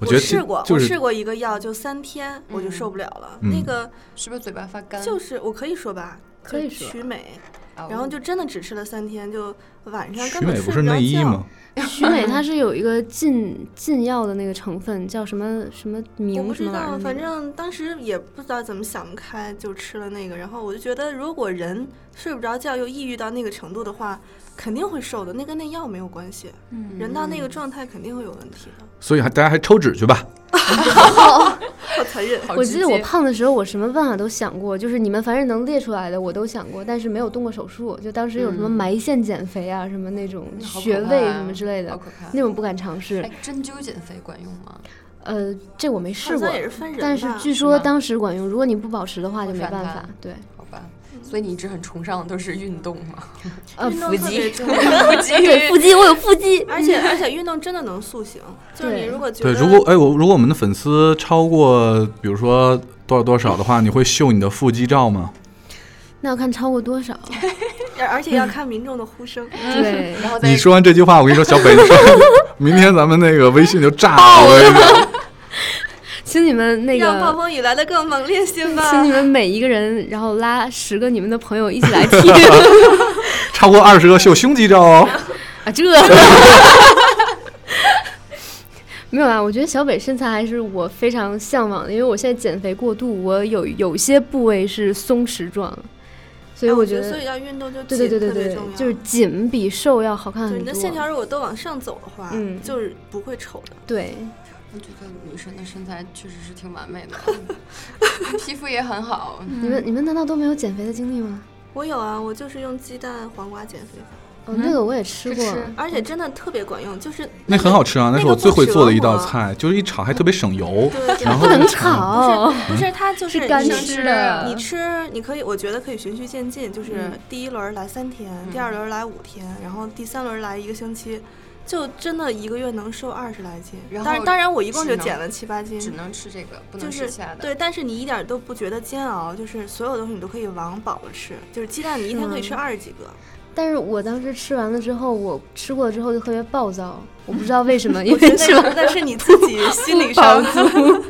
我觉得
试
这
过，
就
我
是
试过一个药，就三天我就受不了了。
嗯
那个
是不是嘴巴发干？
就是我可以说吧，
可以说
就曲美，
啊
然后就真的只吃了三天，就晚上
曲
根本
美
睡
不是
着
内衣
觉
吗？？
呃徐美它是有一个禁禁药的那个成分，叫什么什么
我
名
不
什
知
么玩意儿
道，
的那个，
反正当时也不知道怎么想不开，就吃了那个。然后我就觉得，如果人睡不着觉又抑郁到那个程度的话，肯定会瘦的，那跟那药没有关系。
嗯
人到那个状态肯定会有问题的。
所以还大家还抽脂去吧。
好残忍，
好
我
直
记得我
接
胖的时候，我什么办法都想过，就是你们凡是能列出来的，我都想过，但是没有动过手术。就当时有什么
嗯
埋线减肥啊，什么那种
那好可
穴
怕
位
呀
什么之类
好
的，
可怕。
那种不敢尝试
哎。，针灸减肥管用吗？
呃，这我没试
好
过
像，也是分人吧。
但是据
是
说
吗
当时管用，如果你不保持的话就
我
没
反
办
弹
法。对，
好吧，所以你一直很崇尚都是运动嘛？
呃，
运动
腹
特
肌，
别重要
腹肌
对腹肌，我有腹肌。
而且而且运动真的能塑形，就是你
对
如果觉
对，
得
如果哎我如果我们的粉丝超过比如说多少多少的话，你会秀你的腹肌照吗？
那要看超过多 少？
而而且要看民众的呼声，
对，
然后再
你说完这句话，我跟你说，小北，你说明天咱们那个微信就炸了。我跟你说，
请你们那
让暴
个，
风雨来的更猛烈些吧。
请你们每一个人，然后拉十个你们的朋友一起来踢
超过二十个秀胸肌照哦。
啊，这。 没有啊，我觉得小北身材还是我非常向往的，因为我现在减肥过度，我有有些部位是松弛状，所以
啊
我
我
觉
所
得，
以要运动就
对对对
紧
对
特别
对
重，要
就是紧比瘦要好看
就是
很
你的
多。
线条如果都往上走的话，
嗯
就是不会丑的。
对，
我觉得女生的身材确实是挺完美的，皮肤也很好。
嗯
你们你们难道都没有减肥的经历吗？
我有啊，我就是用鸡蛋黄瓜减肥法，
嗯
哦，那个我也吃过，
而且真的特别管用，就是
那很好吃啊，那是我最会做的一道。
那个
菜，就是一炒还特别省油。
不折磨对，
然后
不能
不
吵。
是不是，它就是
哦是干
你
吃
吃
嗯
的
你吃你可以，我觉得可以循序渐进，就是第一轮来三天，
嗯
第二轮来五天，然后第三轮来一个星期，就真的一个月能瘦二十来斤。
然后
当然当然我一共就
只能
减了七八斤，
只能吃这个，不能
就
吃
是
其他的。
对，但是你一点都不觉得煎熬，就是所有东西你都可以往饱了吃，就是鸡蛋你一天可以吃
嗯
二十几个，
但是我当时吃完了之后，我吃过之后就特别暴躁，我不知道为什 么，因
我觉
为
得
吃完
那是你自己心理
饱
上。
足。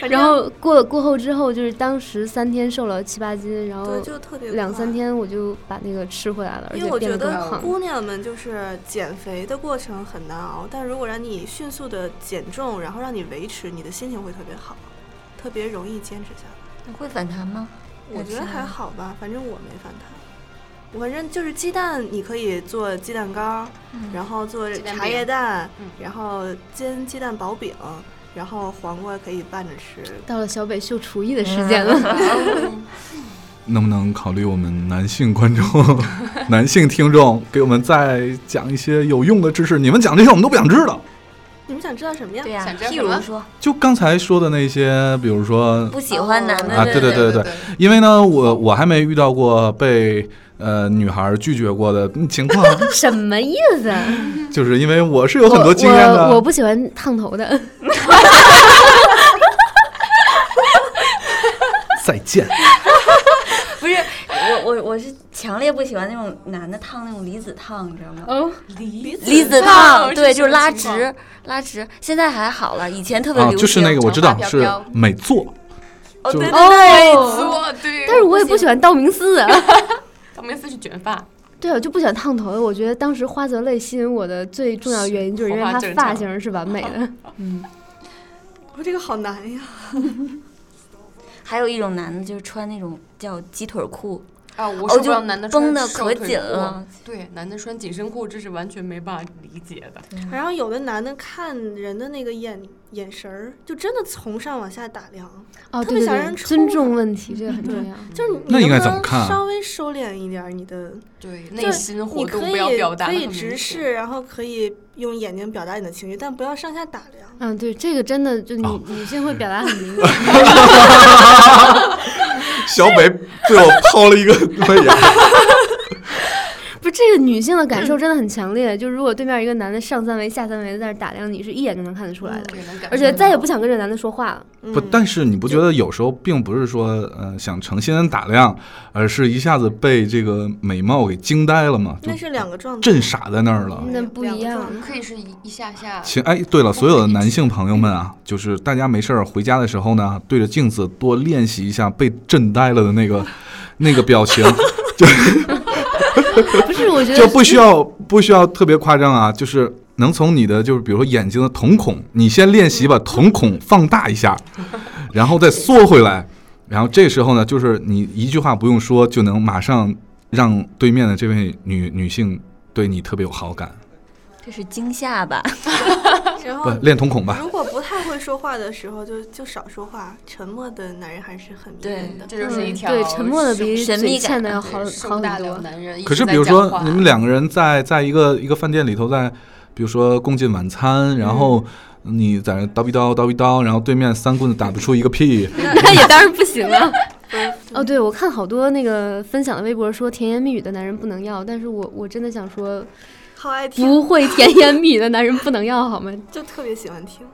反正
然后过过后之后，就是当时三天瘦了七八斤，然后
对，就特别
两三
快。
天我就把那个吃回来了，而
因为
且
我
变
觉
得更
得
胖。
姑娘们就是减肥的过程很难熬，但如果让你迅速的减重，然后让你维持，你的心情会特别好，特别容易坚持下来。
会反弹吗？
我觉得还
好。
好吧，反正我没反弹。我反正就是鸡蛋，你可以做鸡蛋糕，然后做
鸡蛋
茶
饼
叶蛋，
嗯
然后煎鸡蛋薄饼，然后黄瓜可以拌着吃。
到了小北秀厨艺的时间了，
嗯
能不能考虑我们男性观众、 男性听众给我们再讲一些有用的知识？你们讲这些我们都不想知道。
你们想知道什么呀？
对呀、
想知道
譬
什么
如说
就刚才说的那些，比如说
不喜欢男的
啊，
对
对对
对
对
对对，
因为呢，我我还没遇到过被呃女孩拒绝过的情况，
什么意思？啊
就是因为我是有很多经验
我我我
的。
不喜欢烫头
哎
的，
再见，
不是我我我是强烈不喜欢那种男的烫那种离子烫，你知道吗？
哦，
离
离子
烫
烫，对，
是
就是拉
什么情
直拉直。现在还好了，以前特别
啊，
流行。
就是那个我知道
长发飘
是
飘
美作，
哦，
就
对
是
对
哦，
做对，
但是我也不喜欢道明寺啊。
我们次是卷发，
对，啊我就不喜欢烫头的。我觉得当时花泽类吸引我的最重要的原因，就是因为
头发
他
正
发
常
型是完美的。
我这个好难呀！
还有一种男的，就是穿那种叫鸡腿裤，
啊，我
哦
受不了
就
男的
绷
穿
得
瘦
可
腿
紧
裤
了。
对，男的穿紧身裤这是完全没办法理解的。
然后有的男的看人的那个眼眼神儿，就真的从上往下打量，
哦，
特
对
别
对
想让
对，
人
尊
抽
重问题这个很重要。
就是你
那
能
应该
不
怎么
能
看啊
稍微收敛一点儿你的
对，
就
内
是
心
你
活
可
动
以
不要表达
可
得
以
很明
直
显
视，然后可以用眼睛表达你的情绪，但不要上下打量。
嗯，对，这个真的就女
哦
女性会表达很明显。
小北对我抛了一个媚眼，
不是这个女性的感受真的很强烈，就是如果对面一个男的上三维下三维的在那打量你，是一眼就能看得出来的，
对，能感
而
受
且
到
再也不想跟这男的说话了。
嗯
不，但是你不觉得有时候并不是说呃想诚心打量，而是一下子被这个美貌给惊呆了嘛，就
那是两个状态。
震傻在那儿了。
那不一样
两个状态
可以是一一下下，
请哎，对了，所有的男性朋友们啊，就是大家没事儿回家的时候呢，对着镜子多练习一下被震呆了的那个 那个表情，
不是，我觉得
就不需要不需要特别夸张啊，就是能从你的就是比如说眼睛的瞳孔，你先练习把瞳孔放大一 下，然后再缩回来，然后这时候呢，就是你一句话不用说就能马上让对面的这位女女性对你特别有好感，
这是惊吓吧？
然
不
哦
后
练瞳孔吧。
如果不太会说话的时候，就就少说话。沉默的男人还是很迷人的。
这就是一条
嗯对沉默的
胸
比
神
嘴
秘感
欠的要
对
好
受
好
不大
很
了
多。
男人一
可
直
是
在
比如
讲
说
话，
你们两个人在在一个一个饭店里头在，比如说共进晚餐，然后你在那叨逼叨叨逼叨，然后对面三棍子打不出一个屁，
那也当然不行了。 哦，对，我看好多那个分享的微博说甜言蜜语的男人不能要，但是我我真的想说，
好爱听，
不会甜言蜜语的男人不能要好吗？
就特别喜欢听。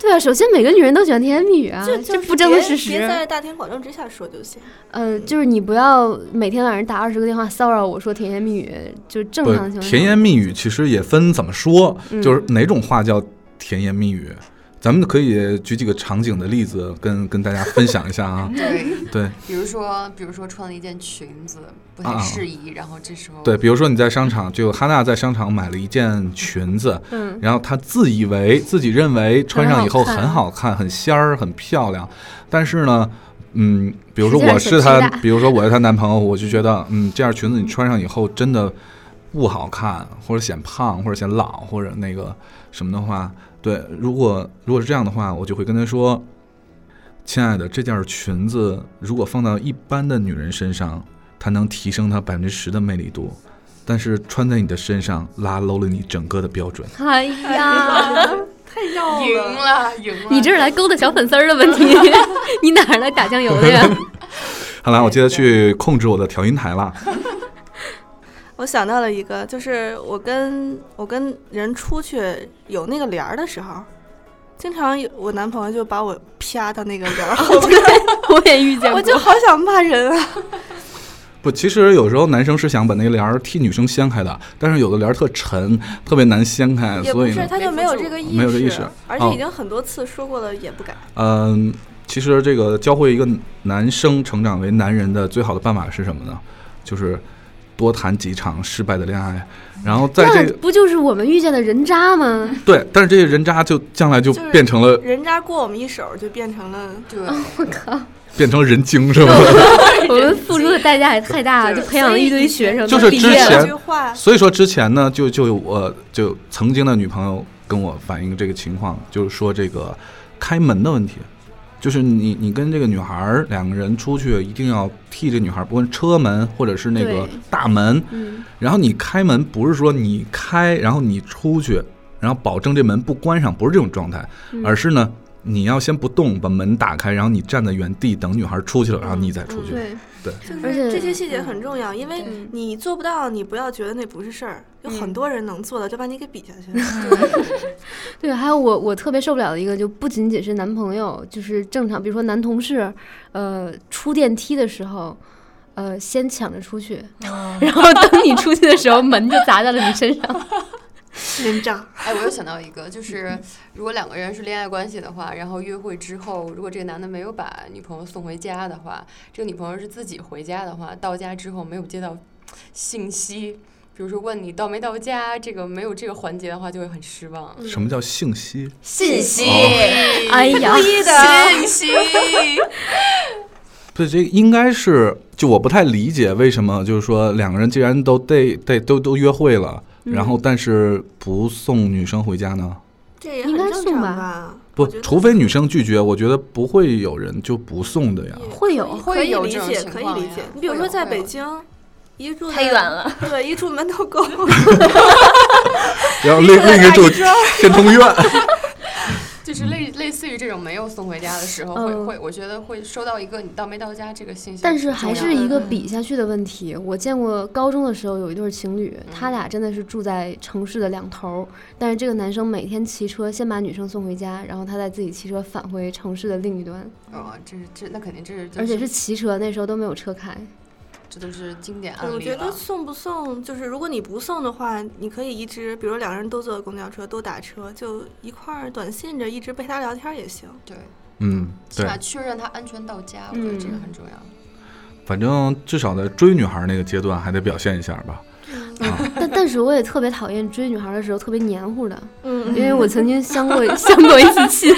对啊，首先每个女人都喜欢甜言蜜语啊，
就
这
就是
不争的
别
事实
别。在大庭广众之下说就行。
呃，就是你不要每天晚上打二十个电话骚扰我说甜言蜜语，就是正
不
常的情况下。
甜言蜜语其实也分怎么说，
嗯
就是哪种话叫甜言蜜语。咱们可以举几个场景的例子跟跟大家分享一下啊
对，
对
比如说比如说穿了一件裙子不太
啊
适宜，然后这时候
对，比如说你在商场，就哈娜在商场买了一件裙子，
嗯，
然后她自以为自己认为穿上以后
很好看
很好看、很仙儿、很漂亮，但是呢，嗯，比如说
实际上
我
是
是
皮
她
带，
比如说我是她男朋友，我就觉得，嗯，这样裙子你穿上以后真的不好看，或者显胖，或者显老，或者那个什么的话，对，如果如果是这样的话，我就会跟她说，亲爱的，这件裙子如果放到一般的女人身上，它能提升她百分之十的魅力度。但是穿在你的身上，拉 low 了你整个的标准。
哎呀，
太绕
赢
了，
了赢 了，
你这是来勾搭小粉丝儿的问 题，你哪儿来打酱油的呀？
看来我接着去控制我的调音台了。
我想到了一个，就是我跟我跟人出去有那个帘儿的时候，经常有我男朋友就把我啪到那个帘儿后边，
我也遇见过，
我就好想骂人啊！
不，其实有时候男生是想把那个帘儿替女生掀开的，但是有的帘儿特沉，特别难掀开，
也
所
不
以
是，
呢，
他就没有这个意识，
没有这意识
而且
哦
已经很多次说过了，也不改。
嗯、其实这个教会一个男生成长为男人的最好的办法是什么呢？就是多谈几场失败的恋爱，然后在这
那
个
不就是我们遇见的人渣吗？
对，但是这些人渣就将来就
就是
变成了
人渣过我们一手，就变成了
对
变成人精 是吧？
我们付出的代价也太大了，就培养了一堆学生，
就是
毕
之
业
前
了。
这句话，
啊
所以说之前呢，就就有我就曾经的女朋友跟我反映这个情况，就是说这个开门的问题，就是你你跟这个女孩儿两个人出去，一定要替这女孩儿，不管车门或者是那个
对
大门，
嗯，
然后你开门不是说你开，然后你出去，然后保证这门不关上，不是这种状态，
嗯
而是呢，你要先不动，把门打开，然后你站在原地等女孩出去了，
嗯
然后你再出去。
对
对
就
而且
是这些细节很重要，因为
嗯
你做不到，你不要觉得那不是事儿，有很多人能做到，就把你给比下去了。
对，还有我我特别受不了的一个，就不仅仅是男朋友，就是正常，比如说男同事，呃，出电梯的时候。呃，先抢着出去，然后等你出去的时候，门就砸在了你身上。
人渣，
哎，我又想到一个，就是如果两个人是恋爱关系的话，然后约会之后，如果这个男的没有把女朋友送回家的话，这个女朋友是自己回家的话，到家之后没有接到信息，比如说问你到没到家，这个没有这个环节的话，就会很失望。
什么叫信息？
信息
哎呀，
信 息，
对，这应该是就我不太理解为什么，就是说两个人既然都 date date 都都约会了，然后但是不送女生回家呢？
这也
应
很
该
正
送
常
吧
吧？
不
我觉，得
除非女生拒绝，我觉得不会有人就不送的呀。
会有
可
会
以
有
理
这种
解，
情
可以
况
理
呀
解。你比如
会
说
有
在
会
北
有
京，一住
太
在
远，了，
对，一住门头沟，
然后另另一个住天通苑，
就是类类似于这种没有送回家的时候，会
嗯
会，我觉得会收到一个你到没到家这个信息重要
但
的，
是还是一个比下去的问题。我见过高中的时候有一对情侣，他俩真的是住在城市的两头儿，但是这个男生每天骑车先把女生送回家，然后他再自己骑车返回城市的另一端，
哦，这是这那肯定这是，
而且是骑车，那时候都没有车开。
这都是经典案例了。
我觉得送不送，就是如果你不送的话，你可以一直，比如两个人都坐公交车，都打车，就一块儿短信着，一直陪他聊天儿也行。
对，
嗯，
起
对，
码确认他安全到家，我觉得这个
嗯
很重要。
反正至少在追女孩那个阶段还得表现一下吧。
但但是我也特别讨厌追女孩的时候特别黏糊的，
嗯，
因为我曾经相过相过一次亲，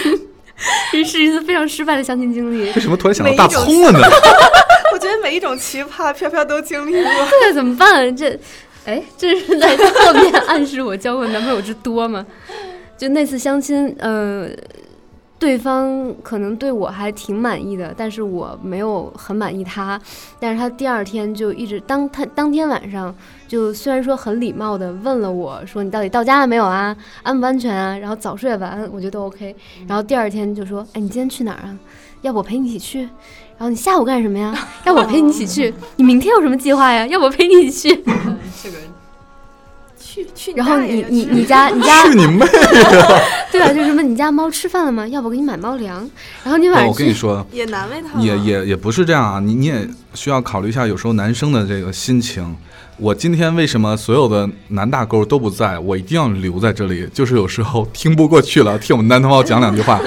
这是一次非常失败的相亲经历。
为什么突然想到大葱了呢？
我觉得每一种奇葩，飘飘都经历过。
这 怎么办？这，哎，这是在侧面暗示我交过男朋友之多吗？就那次相亲，呃，对方可能对我还挺满意的，但是我没有很满意他。但是他第二天就一直当他当天晚上就虽然说很礼貌的问了我说你到底到家了没有啊，安不安全啊，然后早睡晚安我觉得都 OK。然后第二天就说，哎，你今天去哪儿啊？要不我陪你一起去？然后你下午干什么呀？要不我陪你一起去？
嗯
你明天有什么计划呀？要不我陪你一 起去？
嗯这个
去 去
然后
大爷
你
的
你
去
你家你家
去你妹！
对吧？就是什么你家猫吃饭了吗？要不我给你买猫粮。然后你晚
哦我
上
跟你
去，
说，
也难为他
也
了
也也不是这样啊，你你也需要考虑一下，有时候男生的这个心情。我今天为什么所有的男大勾都不在？我一定要留在这里，就是有时候听不过去了，听我们男同胞讲两句话。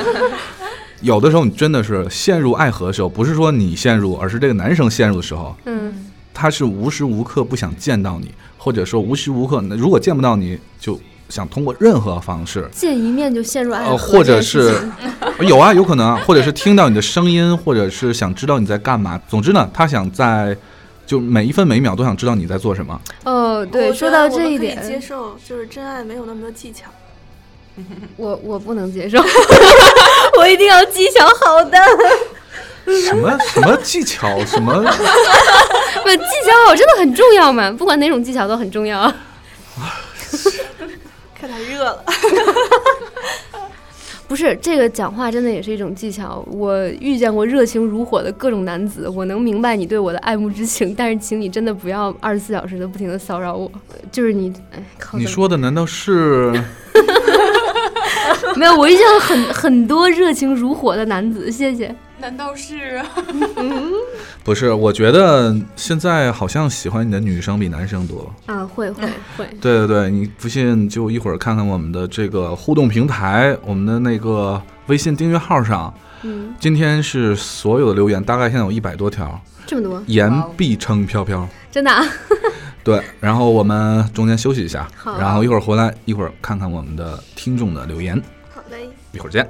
有的时候你真的是陷入爱河的时候，不是说你陷入，而是这个男生陷入的时候，
嗯，
他是无时无刻不想见到你，或者说无时无刻，如果见不到你就想通过任何方式
见一面就陷入爱河、
呃，或
这
者
件事
是
情
有啊，有可能啊，或者是听到你的声音，或者是想知道你在干嘛。总之呢，他想在就每一分每一秒都想知道你在做什么。
哦，对，
我觉
说
得
到
我们
这一
可以
点，
接受就是真爱没有那么多技巧。
我我不能 接受，我一定要技巧好的，
什么什么技巧？什么？
不，技巧好真的很重要嘛，不管哪种技巧都很重要。
看他热了，
不是这个讲话真的也是一种技巧。我遇见过热情如火的各种男子，我能明白你对我的爱慕之情，但是请你真的不要二十四小时的不停的骚扰我。就是你，哎，靠
你
怎么
说的难道是？
没有？我遇见了很很多热情如火的男子，谢谢。
难道是？
不是，我觉得现在好像喜欢你的女生比男生多。
啊，会会会，
对对对，你不信就一会儿看看我们的这个互动平台，我们的那个微信订阅号上，
嗯，
今天是所有的留言，大概现在有一百多条，
这么多，
言
哇哦
必称飘飘。
真的、啊。
对，然后我们中间休息一下，
好
然后一会儿回来，一会儿看看我们的听众的留言，
好嘞。
一会儿见。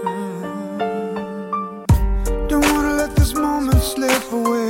Hmm. Don't wanna let this moment slip away.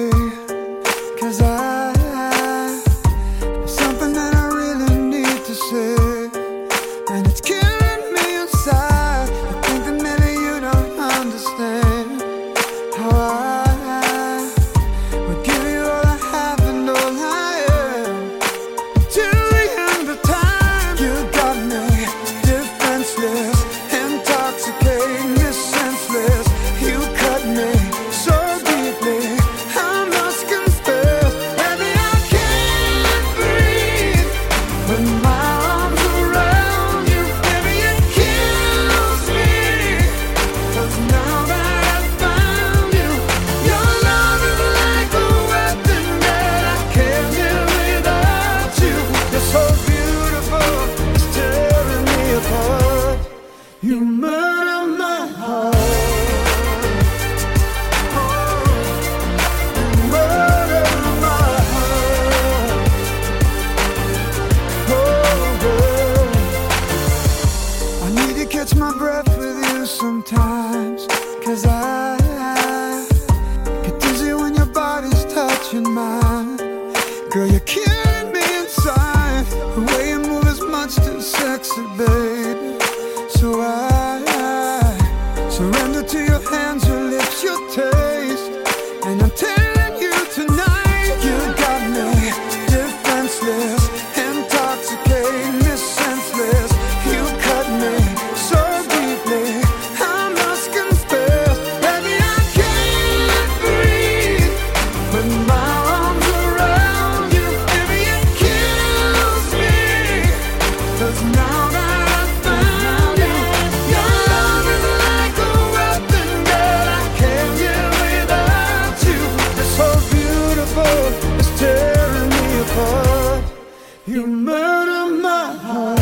You murder my heart.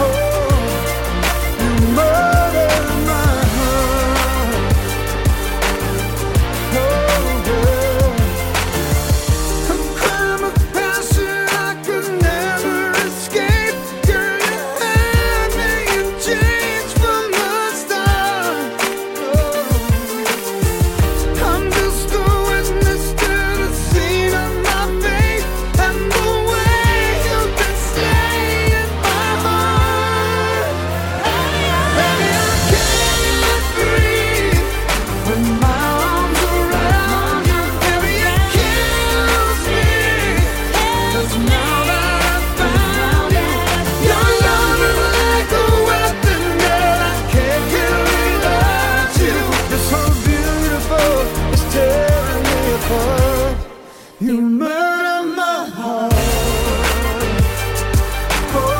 Oh, you murder my heart. Oh, yeah. A crime of passion I could never escape. Girl, you had me in chains from the start. Oh. I'm just a witness to the scene of my fate and the way you've been slaying my heart. Baby, I can't breathe when my arms around you. Baby, it kills me 'cause now that I found you, your love is like a weapon that I can't kill without you. You're so beautiful, it's tearing me apart. You murder my heart. Oh,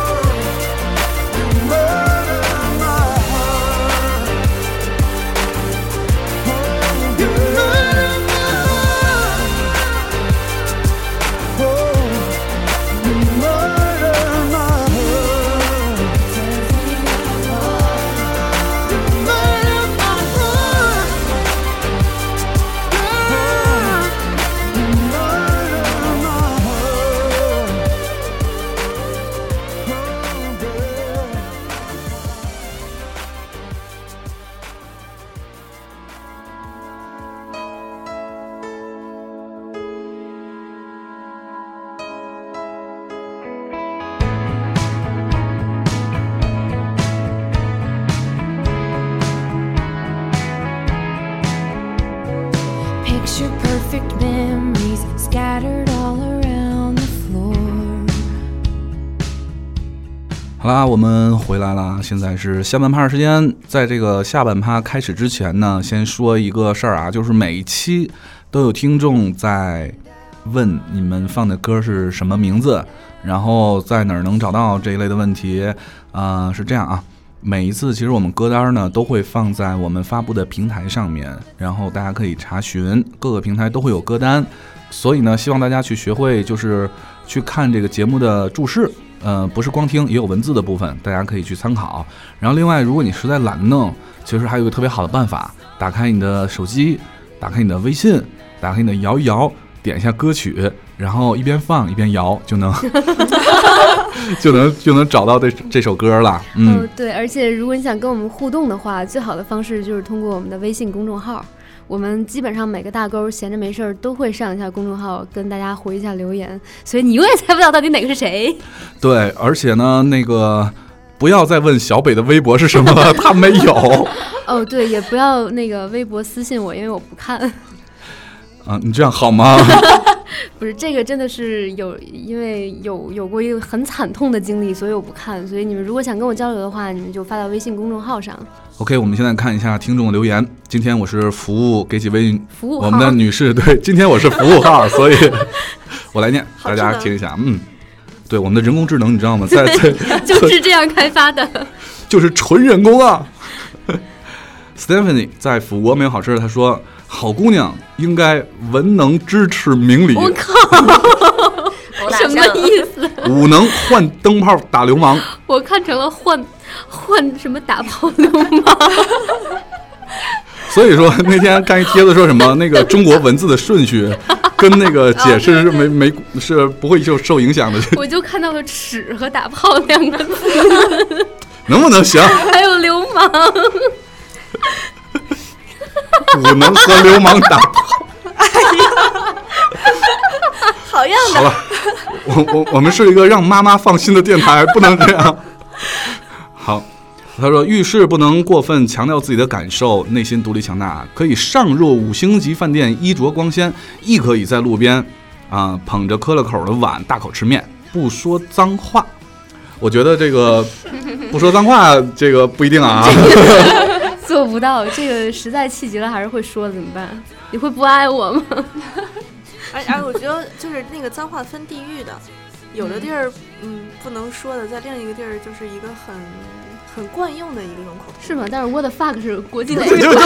you murder my heart. You murder my heart. Oh, you murder my heart. Murder my heart. Yeah. Murder my heart. Oh, yeah.
Picture perfect memories scattered all around the floor.
好啦，我们回来啦，现在是下半趴时间。在这个下半趴开始之前呢，先说一个事儿啊，就是每一期都有听众在问你们放的歌是什么名字，然后在哪儿能找到这一类的问题。啊、是这样啊。每一次，其实我们歌单呢都会放在我们发布的平台上面，然后大家可以查询各个平台都会有歌单，所以呢，希望大家去学会就是去看这个节目的注释，呃，不是光听，也有文字的部分，大家可以去参考。然后另外，如果你实在懒得弄，其实还有一个特别好的办法，打开你的手机，打开你的微信，打开你的摇一摇，点一下歌曲，然后一边放一边摇，就能 就能就能找到这这首歌了。嗯，
哦，对，而且如果你想跟我们互动的话，最好的方式就是通过我们的微信公众号。我们基本上每个大钩闲着没事儿都会上一下公众号，跟大家回一下留言，所以你永远猜不到到底哪个是谁。
对，而且呢，那个不要再问小北的微博是什么了，他没 有。
哦，对，也不要那个微博私信我，因为我不看。
啊，你这样好吗？
不是这个真的是有，因为有有过一个很惨痛的经历，所以我不看。所以你们如果想跟我交流的话，你们就发到微信公众号 上。
OK，我们现在看一下听众的留言。今天我是服务给几位
服务号
我们的女士，对，今天我是服务号， 所以我来念，大家听一下。嗯，对，我们的人工智能，你知道吗？在 在
就是这样开发的。
就是纯人工啊。Stephanie 在抚国没有好吃的，她说：“好姑娘应该文能支持明理，
我靠，
我打
什么
仗
意思？
武能换灯泡打流氓。”
我看成了换换什么打炮流氓。
所以说那天看一帖子说什么那个中国文字的顺序跟那个解释是没没是不会受受影响的，
我就看到了“尺”和“打炮”两个字，
能不能行？
还有“流氓
武能和流氓打炮。哎
好样的！
好了，我我我们是一个让妈妈放心的电台，不能这样。好，他说遇事不能过分强调自己的感受，内心独立强大，可以上入五星级饭店，衣着光鲜，亦可以在路边啊、捧着磕了口的碗大口吃面，不说脏话。我觉得这个不说脏话，这个不一定啊。”
做不到，这个实在气急了还是会说的，怎么办？你会不爱我吗？
而而哎我觉得就是那个脏话分地域的，有的地儿嗯不能说的，在另一个地儿就是一个很很惯用的一个用口头。
是吗？但是 what the fuck 是国际
就
语。
就就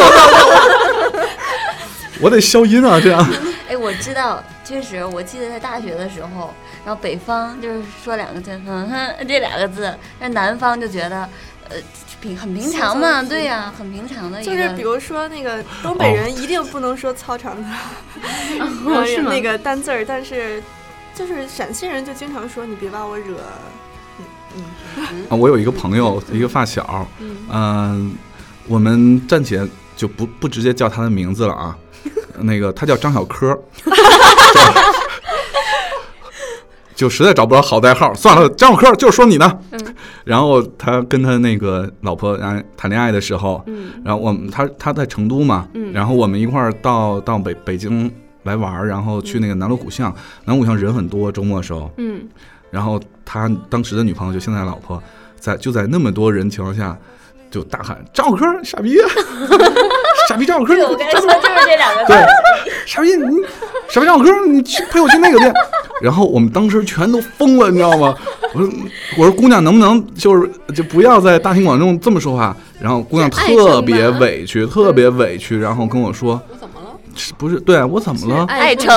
我得消音啊，这样。
哎，我知道确实，我记得在大学的时候，然后北方就是说两个字，哼哼，这两个字，但南方就觉得，呃，平很平常嘛，对呀、很平常的一
就
个。
是比如说那个东北人一定不能说操场的、呃
哦是吗
那个单字儿，但是就是陕西人就经常说你别把我惹，嗯嗯，
啊，我有一个朋友，一个发小，嗯、我们暂且就不不直接叫他的名字了啊，那个他叫张小柯， 就实在找不着好代号，算了，张小柯就是说你呢。然后他跟他那个老婆啊谈恋爱的时候，然后我们他他在成都嘛，然后我们一块儿到到北北京来玩儿，然后去那个南锣鼓巷，南锣鼓巷人很多，周末的时候，
嗯，
然后他当时的女朋友就现在老婆，在就在那么多人情况下，就大喊张小柯傻逼，傻逼张小柯，
对，我刚才说就是这两个 字
对，傻逼你傻逼张小柯，你去陪我去那个店。 然后我们当时全都疯了，你知道吗？我说我说姑娘能不能就是就不要在大庭广众这么说话？然后姑娘特别委屈，特别委屈，然后跟我说
我怎么了？
是不是对啊我怎么了？
爱成，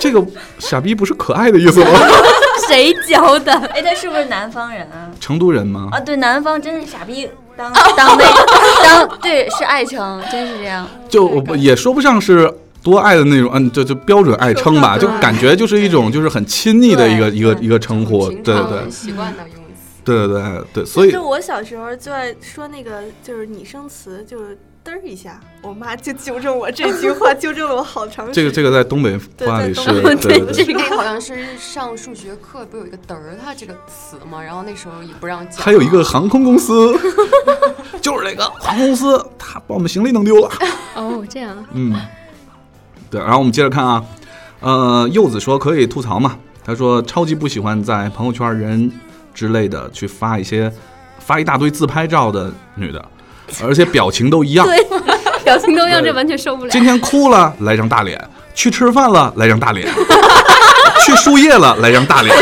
这个傻逼不是可爱的意思吗？
谁教的？
哎，他是不是南方人啊？
成都人吗？
啊，对，南方真是傻逼当当那哦 当，对，是爱成，真是这样。
就我不也说不上是多爱的那种，嗯，就就标准爱称吧，就感觉就是一种就是很亲昵的一个
对
一个一个称呼，
平
对
常
对对
习惯的用 词。
对对对对，所以
就我小时候就爱说那个就是拟声词，就是嘚儿一下，我妈就纠正我这句话，纠正了我好长时
这个
间。
这个在东北话里是
对在东
对
北
对对，
这个哎好像是上数学课不有一个“嘚儿”它这个词嘛，然后那时候也不让讲。
还有一个航空公司， 就是那个航空公司，他把我们行李弄丢了。
哦，这样，
嗯，对，然后我们接着看啊，呃，柚子说可以吐槽嘛，他说超级不喜欢在朋友圈人之类的去发一些发一大堆自拍照的女的，而且表情都一样，
表情都一样，这完全受不了。
今天哭了来张大脸，去吃饭了来张大脸， 去输液了来张大脸，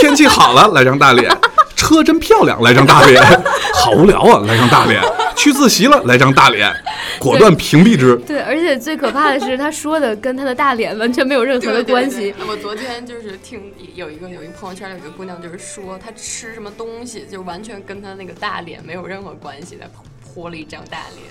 天气好了来张大脸， 车真漂亮来张大脸， 好无聊啊来张大脸， 去自习了来张大脸，果断屏蔽之。
对，而且最可怕的是，他说的跟他的大脸完全没有任
对
何的关系。。
对对我昨天就是听有一个有一个朋友圈里有一个姑娘，就是说她吃什么东西，就完全跟她那个大脸没有任何关系，她泼了一张大脸。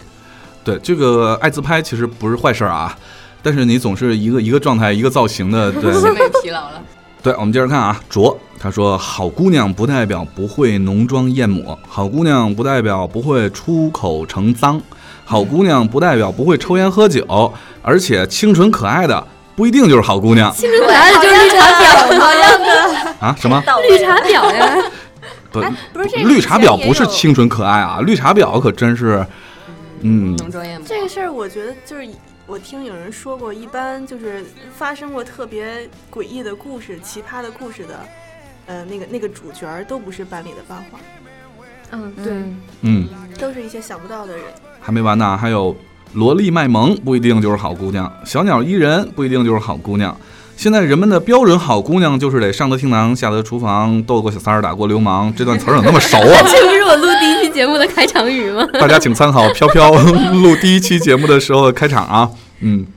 对，这个爱自拍其实不是坏事儿啊，但是你总是一个一个状态一个造型的，对
审美疲劳了，
对。我们接着看啊，卓他说：“好姑娘不代表不会浓妆艳抹，好姑娘不代表不会出口成脏，好姑娘不代表不会抽烟喝酒，而且清纯可爱的不一定就是好姑娘
清纯可爱的就是绿茶婊吗？
啊？什么？
到
绿茶婊呀，
不，
不是这个
绿茶婊不是
以前也有
清纯可爱啊，绿茶婊可真是，嗯，
浓妆艳抹。
这个事儿，我觉得就是我听有人说过，一般就是发生过特别诡异的故事、奇葩的故事的，呃，那个那个主角儿都不是班里的班花，
嗯，对，
嗯，
嗯。”
都是一些想不到的人。
还没完呢，还有萝莉卖萌不一定就是好姑娘，小鸟依人不一定就是好姑娘。现在人们的标准好姑娘就是得上得厅堂，下得厨房，斗过小三儿，打过流氓。这段词儿怎么那么熟 啊？
这不是我录第一期节目的开场语吗？
大家请参考飘飘录第一期节目的时候的开场啊。嗯，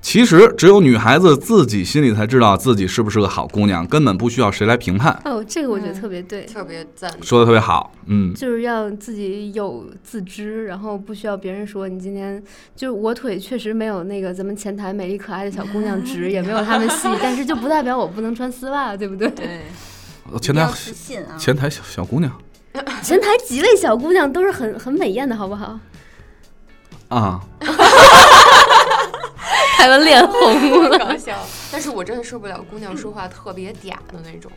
其实只有女孩子自己心里才知道自己是不是个好姑娘，根本不需要谁来评判。
哦，这个我觉得特别对，
特别赞，
说的特别好，嗯，
就是要自己有自知，然后不需要别人说你今天就我腿确实没有那个咱们前台美丽可爱的小姑娘直， 也没有她们细，但是就不代表我不能穿丝袜，对不对？
对，
前
要
台
自信啊！
前台小小姑娘
前台几位小姑娘都是很很美艳的，好不好？
啊，
凯文脸红了，
搞笑。但是我真的受不了姑娘说话特别嗲的那种，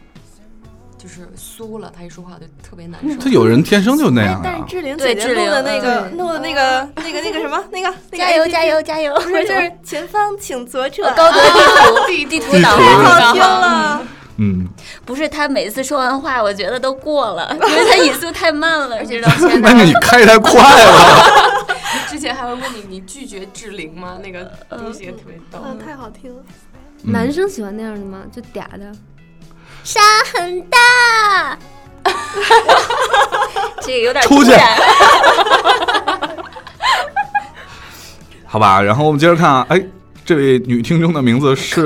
就是酥了，她一说话就特别难受。
她有人天生就那样
哎
啊，。
但是志玲
对
姐姐
志
录
玲
的那个
嗯
录的那个那个那个什么那个那个
加油
APP
加油加油！
不是就是前方请左转，
高德 地图地图导航
太好
导
听
航，
了。
嗯，
不是他每次说完话，我觉得都过了，因为他语速太慢了，
而且之
知 道 吗？
前
那你开太快 了。
之前还会问你，你拒绝志玲吗？那个东西也特别逗。
嗯，太好听了。
男生喜欢那样的吗？就嗲的，
沙很大， 这个有点
出去
突然
好吧，然后我们接着看啊，哎，这位女听众的名字是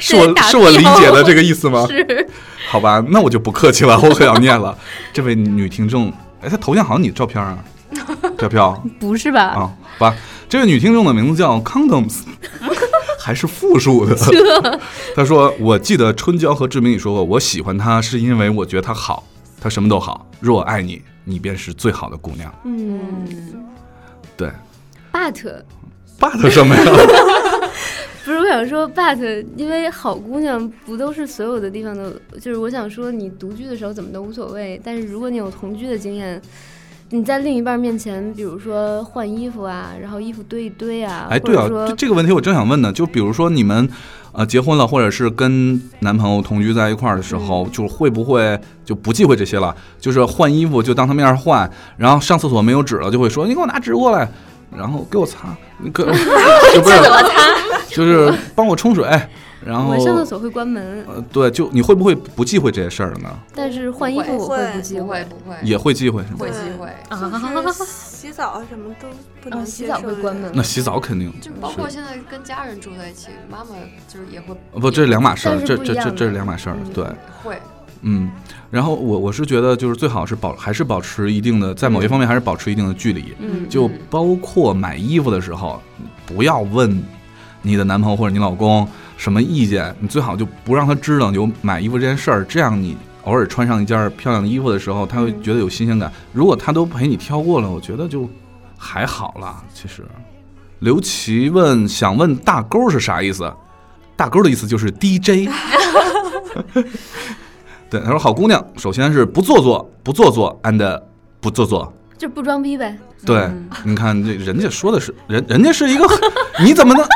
是我
打
是我理
标
解的这个意思吗？
是
好吧，那我就不客气了，我可要念了。这位女听众，哎，她头像好像你照片 啊，飘飘
不是吧？
啊，好吧，这位女听众的名字叫 condoms，还是复数的。 她说：“我记得春娇和志明你说过，我喜欢她是因为我觉得她好，她什么都好。若我爱你，你便是最好的姑娘。
嗯
对
，but
，but 什么呀？
不是我想说，but 因为好姑娘不都是所有的地方都，就是我想说你独居的时候怎么都无所谓，但是如果你有同居的经验。你在另一半面前，比如说换衣服啊，然后衣服堆一堆啊，
哎，对啊，
或者
这
说
这个问题我正想问呢。就比如说你们，呃，结婚了，或者是跟男朋友同居在一块儿的时候，
嗯
就是会不会就不忌讳这些了？就是换衣服就当他面换，然后上厕所没有纸了，就会说你给我拿纸过来，然后给我擦，你 给就不是我擦，就是帮我冲水，然后
我上厕所会关门，
呃，对，就你会不会不忌讳这些事儿呢？
但是换衣服我会不啊忌
不会
讳。
不会，
也会忌讳是吗？
会
对
机会。
啊
就是 洗澡啊什么都不能
哦，
接
洗
受
澡
的
会关门。
那洗澡肯定
就包括现在跟家人住在一起，妈妈就是也会
不，这是两码事儿
但，是
这
不
这
一
这
样
这是
的
两码事儿，对。
会
嗯，然后我我是觉得就是最好是保还是保持一定的，在某一方面还是保持一定的距离，
嗯
就包括买衣服的时候，不要问你的男朋友或者你老公什么意见，你最好就不让他知道有买衣服这件事儿，这样你偶尔穿上一件漂亮的衣服的时候，他会觉得有新鲜感。如果他都陪你挑过了，我觉得就还好啦，其实。刘琦问，想问大勾是啥意思？ 大勾的意思就是 DJ。对，他说好姑娘，首先是不做作，不做作，and 不做作。
就不装逼呗，
对，
嗯
你看这人家说的是人，人家是一个， 你怎么能？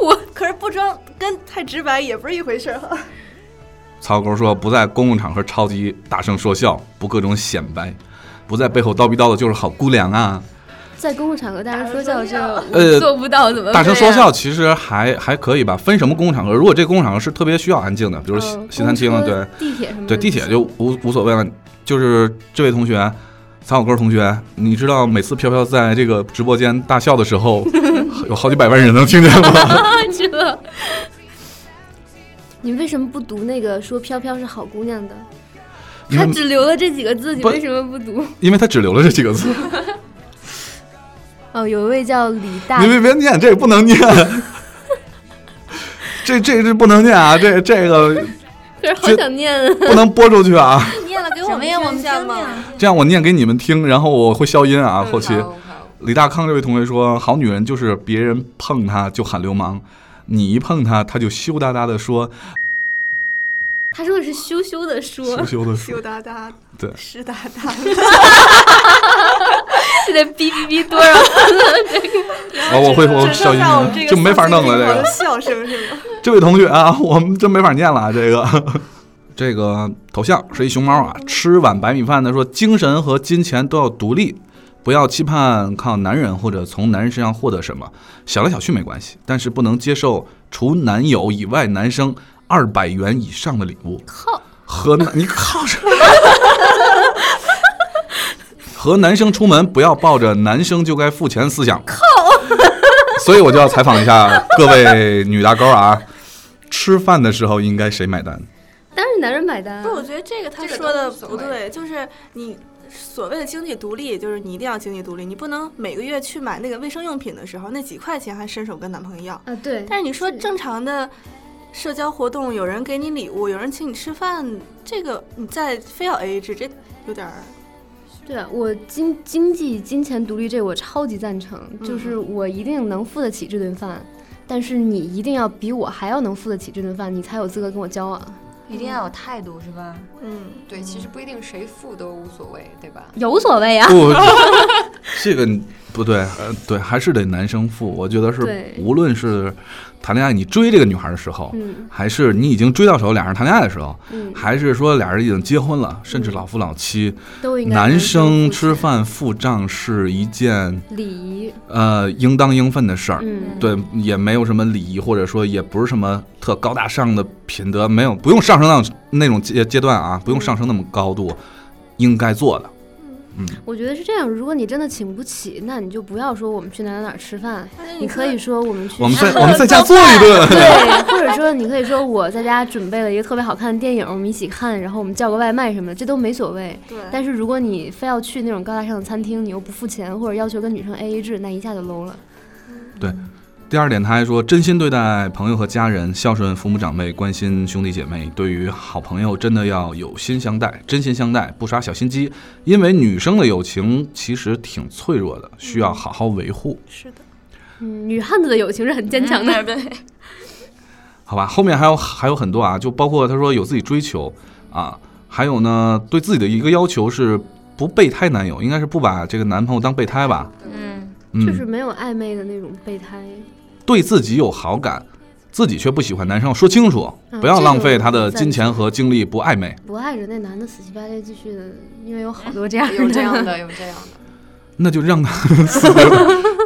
我可是不装跟太直白也不是一回事儿哈。
曹狗说不在公共场合超级大声说笑，不各种显摆，不在背后叨逼叨的，就是好姑娘啊。
在公共场合大声说笑这
呃
我做不到，怎么
大声
办
说
哦呀
笑其实还还可以吧，分什么公共场合？如果这公共场合是特别需要安静的，比如西
嗯
西餐厅啊，
公
对
车嗯地铁什么的，
对，地铁就无无所谓了。就是这位同学，曹小哥同学，你知道每次飘飘在这个直播间大笑的时 候，有好几百万人能听见吗？
这。你为什么不读那个说飘飘是好姑娘的？
因
他
为
只留了这几个字，你
不
为什么不读？
因为他只留了这几个字。
哦，有一位叫李大
你， 别别念，这不能 念，这这这不能念啊，这这个
可是好想念啊！
不能播出去啊，
念了给
什么呀？我们
一下
听
嘛。
听。
这样我念给你们听，然后我会消音啊，
嗯
后期。
好好
李大康这位同学说：“好女人就是别人碰她就喊流氓，你一碰她，她就羞答答的说，
他说的是羞羞的说
羞，羞的
羞
说，
答答，
对
湿答答。
这得哔哔 哔多少？
哦，我会我
只
消
剩
音
下我们这
了，
个
就没法弄了
丧
这
心
个
病狂的。笑声是吗？
这位同学啊， 我们真没法念了啊这个。”这个头像是一熊猫啊，吃碗白米饭的说，精神和金钱都要独立，不要期盼靠男人或者从男人身上获得什么，小来小去没关系，但是不能接受除男友以外男生二百元以上的礼物。
靠，
和男你靠什么？ 和男生出门不要抱着男生就该付钱思想。靠！所以我就要采访一下各位女大高啊，吃饭的时候应该谁买单？
当然男人买单
不，我
啊。
觉得这个他
嗯这个
说的
都无所
不
谓
对，就是你所谓的经济独立，就是你一定要经济独立，你不能每个月去买那个卫生用品的时候，那几块钱还伸手跟男朋友
嗯
要。
啊，对，
但是你说正常的社交活动，有人给你礼物，有人请你吃饭，这个你再非要 AA 制，这有点儿
对啊，我经经济金钱独立这我超级赞成，就是我一定能付得起这顿饭，但是你一定要比我还要能付得起这顿饭，你才有资格跟我交往。
一定要有态度是 吧？
嗯。
对，其实不一定谁付都无所谓，对吧？
有所谓啊，
不， 这个你不对，呃，对，还是得男生付。我觉得是
对，
无论是谈恋爱，你追这个女孩的时候，
嗯
还是你已经追到手，俩人谈恋爱的时候，
嗯，
还是说俩人已经结婚了，甚至老夫老妻，
都应该
男生
付
吃
钱
饭付账是一件
礼仪，
呃应当应分的事儿，
嗯，
对，也没有什么礼仪，或者说也不是什么特高大上的品德，没有不用上升到那种阶阶段啊，不用上升那么高度，应该做的。
我觉得是这样，如果你真的请不起，那你就不要说我们去哪哪哪儿吃饭，你可以说我们去
我们在我们在家做一 顿，
对，或者说你可以说我在家准备了一个特别好看的电影，我们一起看，然后我们叫个外卖什么的，这都没所谓。
对
但是如果你非要去那种高大上的餐厅，你又不付钱，或者要求跟女生 AA 制，那一下就 low 了。
第二点，他还说真心对待朋友和家人，孝顺父母长辈，关心兄弟姐妹。对于好朋友，真的要有心相待，真心相待，不耍小心机。因为女生的友情其实挺脆弱的，需要好好维护，
是的，
嗯，女汉子的友情是很坚强的。
对，
好吧？后面还有还有很多啊，就包括他说有自己追求啊，还有呢，对自己的一个要求是不备胎男友，应该是不把这个男朋友当备胎吧？
嗯，
嗯，
就是没有暧昧的那种备胎，
对自己有好感，自己却不喜欢男生，说清楚，
嗯
不要
这
浪
个
费
我
他的
赞
金钱
成
和精力不暧 昧。
不爱着那男的死乞白赖继续的，因为有好多这样
有这样
的。
的，有这样的。
那就 让他死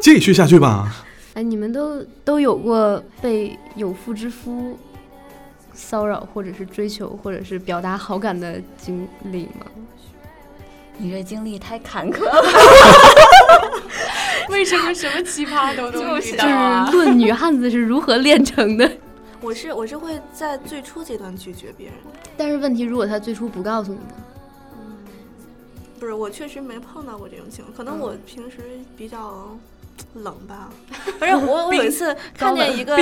继续下去吧。
哎，你们都都有过被有妇之夫骚扰，或者是追求，或者是表达好感的经历吗？
你这经历太坎坷了，
为什么什么奇葩都能遇到
就是
啊？
论女汉子是如何炼成的。
我是我是会在最初阶段拒绝别人的，
但是问题，如果他最初不告诉你呢？
不是我确实没碰到过这种情况，可能我平时比较冷吧。反正我我有一次看见一个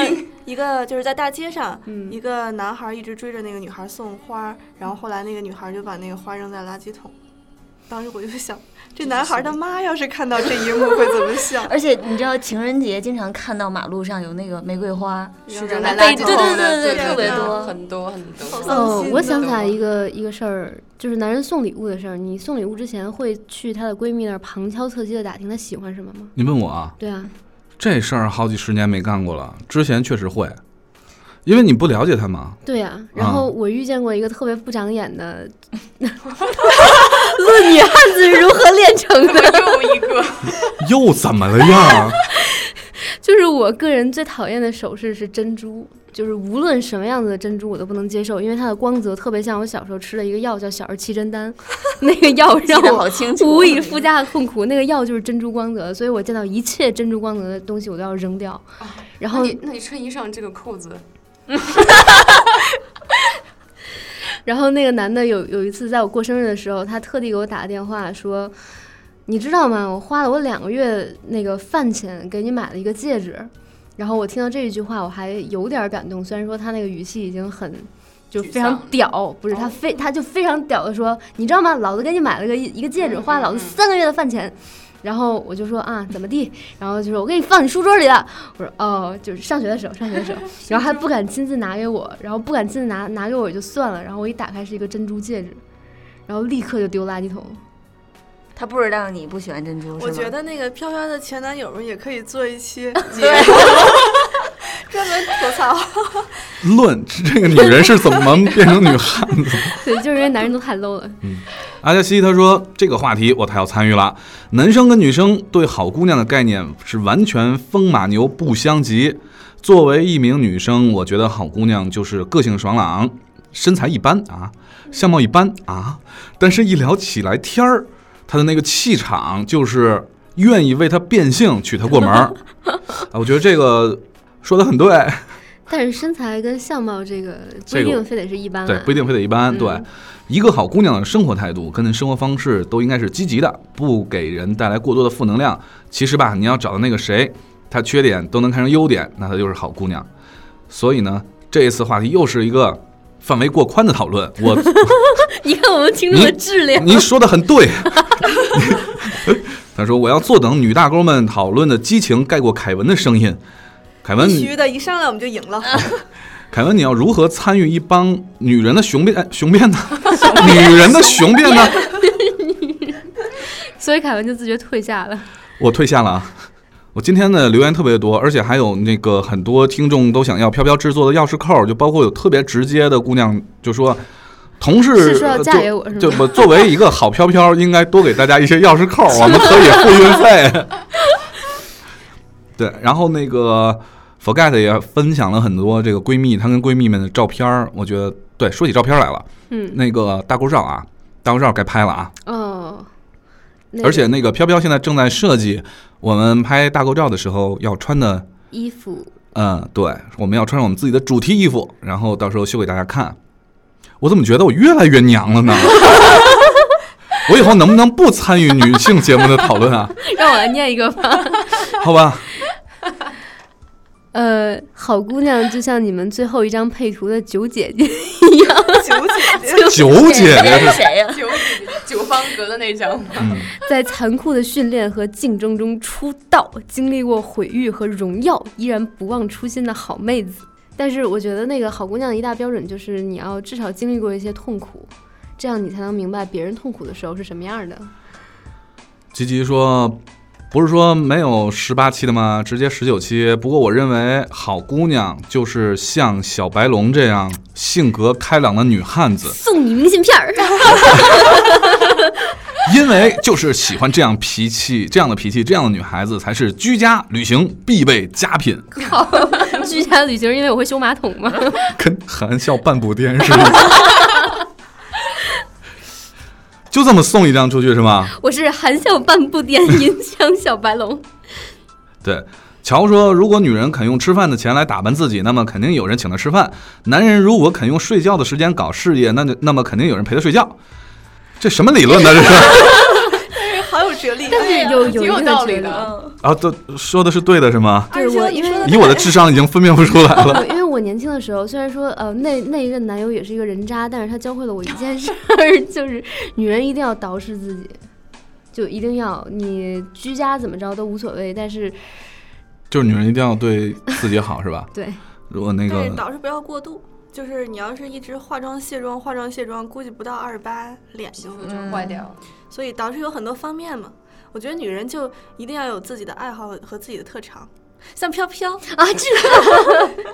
一个就是在大街上，
嗯
一个男孩一直追着那个女孩送花，然后后来那个女孩就把那个花扔在垃圾桶。当时我就想，这男孩他妈要是看到这一幕会怎么 想？
而且你知道情人节经常看到马路上有那个玫瑰花，
是
的
的，
那
来
被
垃圾
对对
桶
对
的
对
对
对，特别
啊
多。
很多很多。
好脏
哦
心，
我
的
想起来
懂
一个一个事儿，就是男人送礼物的事儿。你送礼物之前会去她的闺蜜那儿旁敲侧击的打听她喜欢什么吗？
你问我啊，
对啊，
这事儿好几十年没干过了，之前确实会，因为你不了解他嘛。
对啊。然
啊
后我遇见过一个特别不长眼的， 论女汉子是如何炼成的。
又一个，
又怎么了呀？
就是我个人最讨厌的首饰是珍珠，就是无论什么样子的珍珠我都不能接受，因为它的光泽特别像我小时候吃的一个药叫小儿七珍 丹，那个药让
记得
我
好清楚，
无以复加的痛苦。那个药就是珍珠光泽，所以我见到一切珍珠光泽的东西我都要扔掉。
哦
然
那
后，
你那你衬衣上这个扣子，
然后那个男的有有一次在我过生日的时候，他特地给我打个电话说。你知道吗？我花了我两个月那个饭钱给你买了一个戒指，然后我听到这一句话，我还有点感动。虽然说他那个语气已经很，就非常
沮丧哦
屌，不是他非他就非常屌的说，你知道吗？老子给你买了个一一个戒指，花了老子三个月的饭钱。然后我就说啊，怎么地？然后就说我给你放你书桌里了。我说哦，就是上学的时候，上学的 时候，然后还不敢亲自拿给我，然后不敢亲自拿拿给我也就算了，然后我一打开是一个珍珠戒指，然后立刻就丢垃圾桶。
他不知道你不喜欢珍珠，是吗
我觉得那个飘飘的前男友们也可以做一 期节
对
目，专门吐槽。
论这个女人是怎么变成女汉子？
对，就是因为男人都太 low 了。
阿加西他说这个话题我太要参与了。男生跟女生对好姑娘的概念是完全风马牛不相及。作为一名女生，我觉得好姑娘就是个性爽朗，身材一般啊，相貌一般啊，但是一聊起来天儿，她的那个气场就是愿意为她变性，娶她过门儿。 啊，我觉得这个说的很对。
但是身材跟相貌这个不
这
一
个
定非得是一般、啊
对，不一定非得一般。对
嗯，
一个好姑娘的生活态度跟生活方式都应该是积极的，不给人带来过多的负能量。其实吧，你要找到那个谁，她缺点都能看成优点，那她就是好姑娘。所以呢，这一次话题又是一个范围过宽的讨论。我
你看我们听众的质量，
您说的很对。他说：“我要坐等女大哥们讨论的激情盖过凯文的声音。”凯文，
必须的，一上来我们就 赢了。
凯文，你要如何参与一帮女人的雄辩雄辩呢？ 女人的雄辩呢？
所以凯文就自觉退下了。
我退下了啊！我今天的留言特别多，而且还有那个很多听众都想要飘飘制作的钥匙扣，就包括有特别直接的姑娘就说，同事
是说要嫁给我是吗
就我作为一个好飘飘，应该多给大家一些钥匙扣，我们可以付运 费。对，然后那个 Forget 也分享了很多这个闺蜜，她跟闺蜜们的照片儿，我觉得对，说起照片来了，
嗯，
那个大锅照啊，大锅照该拍了啊，
哦，那
而且那个飘飘现在正在设计，我们拍大构照的时候要穿的，
衣服
嗯，对，我们要穿上我们自己的主题衣服，然后到时候秀给大家看。我怎么觉得我越来越娘了呢？ 我以后能不能不参与女性节目的讨论啊？
让我来念一个吧。
好吧，
呃，好姑娘就像你们最后一张配图的九姐 姐，
九姐姐，
九姐姐，
谁啊呀、
九九方格的那张吗？
嗯，
在残酷的训练和竞争中出道，经历过毁誉和荣耀，依然不忘初心的好妹子。但是我觉得那个好姑娘的一大标准就是你要至少经历过一些痛苦，这样你才能明白别人痛苦的时候是什么样 的。
吉吉说，不是说没有十八期的吗？直接十九期。不过我认为好姑娘就是像小白龙这样性格开朗的女汉子，
送你明信片儿，
因为就是喜欢这样脾气、这样的脾气、这样的女孩子，才是居家旅行必备佳品，
居家旅行，因为我会修马桶嘛。
跟含笑半步癫似的。 就这么送一张出去是吗？
我是含笑半步癫，迎香小白龙。
对，乔说，如果女人肯用吃饭的钱来打扮自己，那么肯定有人请她吃饭；男人如果肯用睡觉的时间搞事业，那就那么肯定有人陪她睡觉。这什么理论呢？这是
好有哲理。
但是有有
挺
一
有
个
道
觉
理
得
的。
啊，都说的是对的，是吗？
而且
对我
你
因为
说的
以我的智商已经分辨不出来 了。
我因为我年轻的时候，虽然说呃那那一任男友也是一个人渣，但是他教会了我一件事儿， 就是女人一定要捯饬自己，就一定要你居家怎么着都无所谓，但是
就是女人一定要对自己好，是吧？
对
如果那
对，
个
导致不要过度。就是你要是一直化妆卸妆化妆卸妆，估计不到二十八脸
皮
就
肤就坏掉，
所以导致有很多方面嘛。我觉得女人就一定要有自己的爱好和自己的特长，像飘飘，
啊这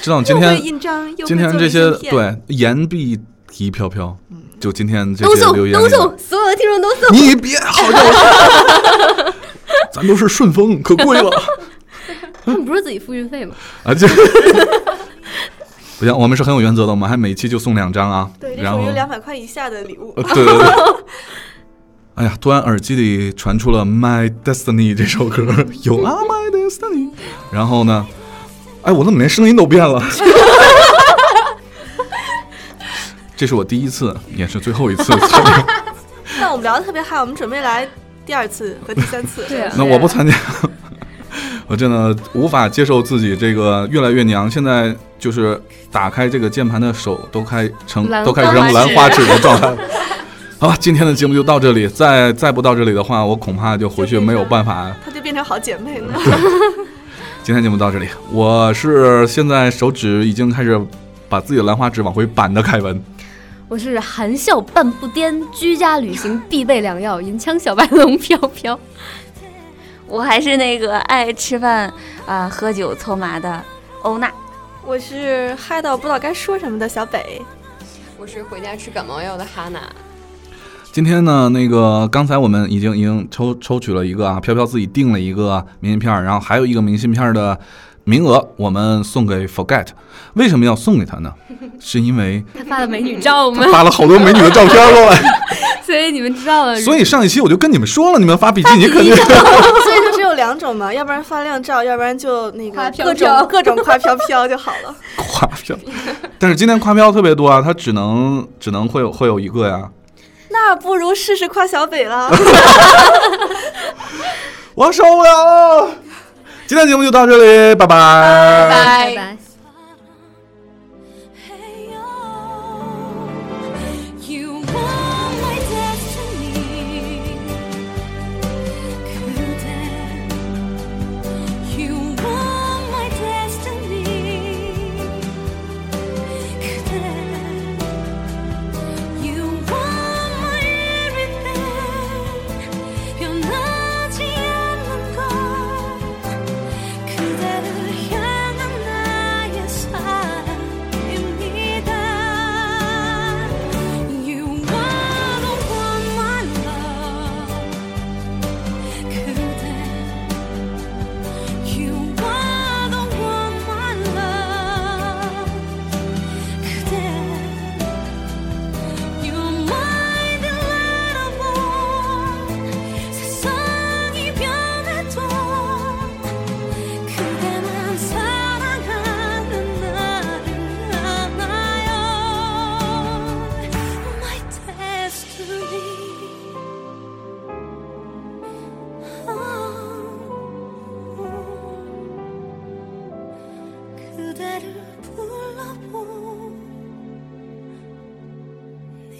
知道你今
又会
天
印章，又会
今天
做
这些
明信片，
对言必提飘飘，
嗯
就今天这
都
些
送
留言
都
里，
送，所有的听众都送。
你别好让我，咱都是顺丰，可贵 了。
他们不是自己付运费吗？
啊，这 不行，我们是很有原则的，我们还每期就送两张啊。
对，这
然后
属于两百块以下的礼物
呃，。对对对。 哎呀，突然耳机里传出了《My Destiny》这首 歌，有啊，《My Destiny》。然后呢，哎，我怎么连声音都变 了？这是我第一次，也是最后一次参加。
但我们聊的特别嗨，我们准备来第二次和第三 次。
对啊
那我不参加，我真的无法接受自己这个越来越娘。现在就是打开这个键盘的手都开成
兰
都开始
花
成兰
指
花指的状态了。 好吧，今天的节目就到这里，再再不到这里的话，我恐怕就回去没有办法。
她就变成好姐妹了。
今天节目到这里，我是现在手指已经开始把自己的兰花指往回扳的凯文。
我是含笑半步癫，居家旅行必备良药，银枪小白龙飘飘。
我还是那个爱吃饭啊、喝酒搓麻的欧娜。
我是嗨到不知道该说什么的 小北，
我是回家吃感冒药的哈娜，
今天呢，那个刚才我们已经已经抽抽取了一个啊，飘飘自己订了一个明信片儿，然后还有一个明信片儿的名额，我们送给 Forget。为什么要送给他呢？是因 为
他发了美女照吗？
发了好多美女的照片过 来，
所以你们知道了。
所以上一期我就跟你们说了，你们发比基尼 肯定。
所以就只有两种嘛，要不然发靓照，要不然就那
夸
个
飘
各
飘
种各种夸飘飘就好了。
夸飘，但是今天夸飘特别多啊，他只能只能会有会有一个呀。
那不如试试夸小北了。
我受不了了。今天节目就到这里，拜拜
拜拜。
Hey oh, you are my destiny. Couldn't you are my destiny? Couldn't you are my everything? 변하지 않는 것. 그대를 향한 나
아,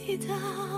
祈祷。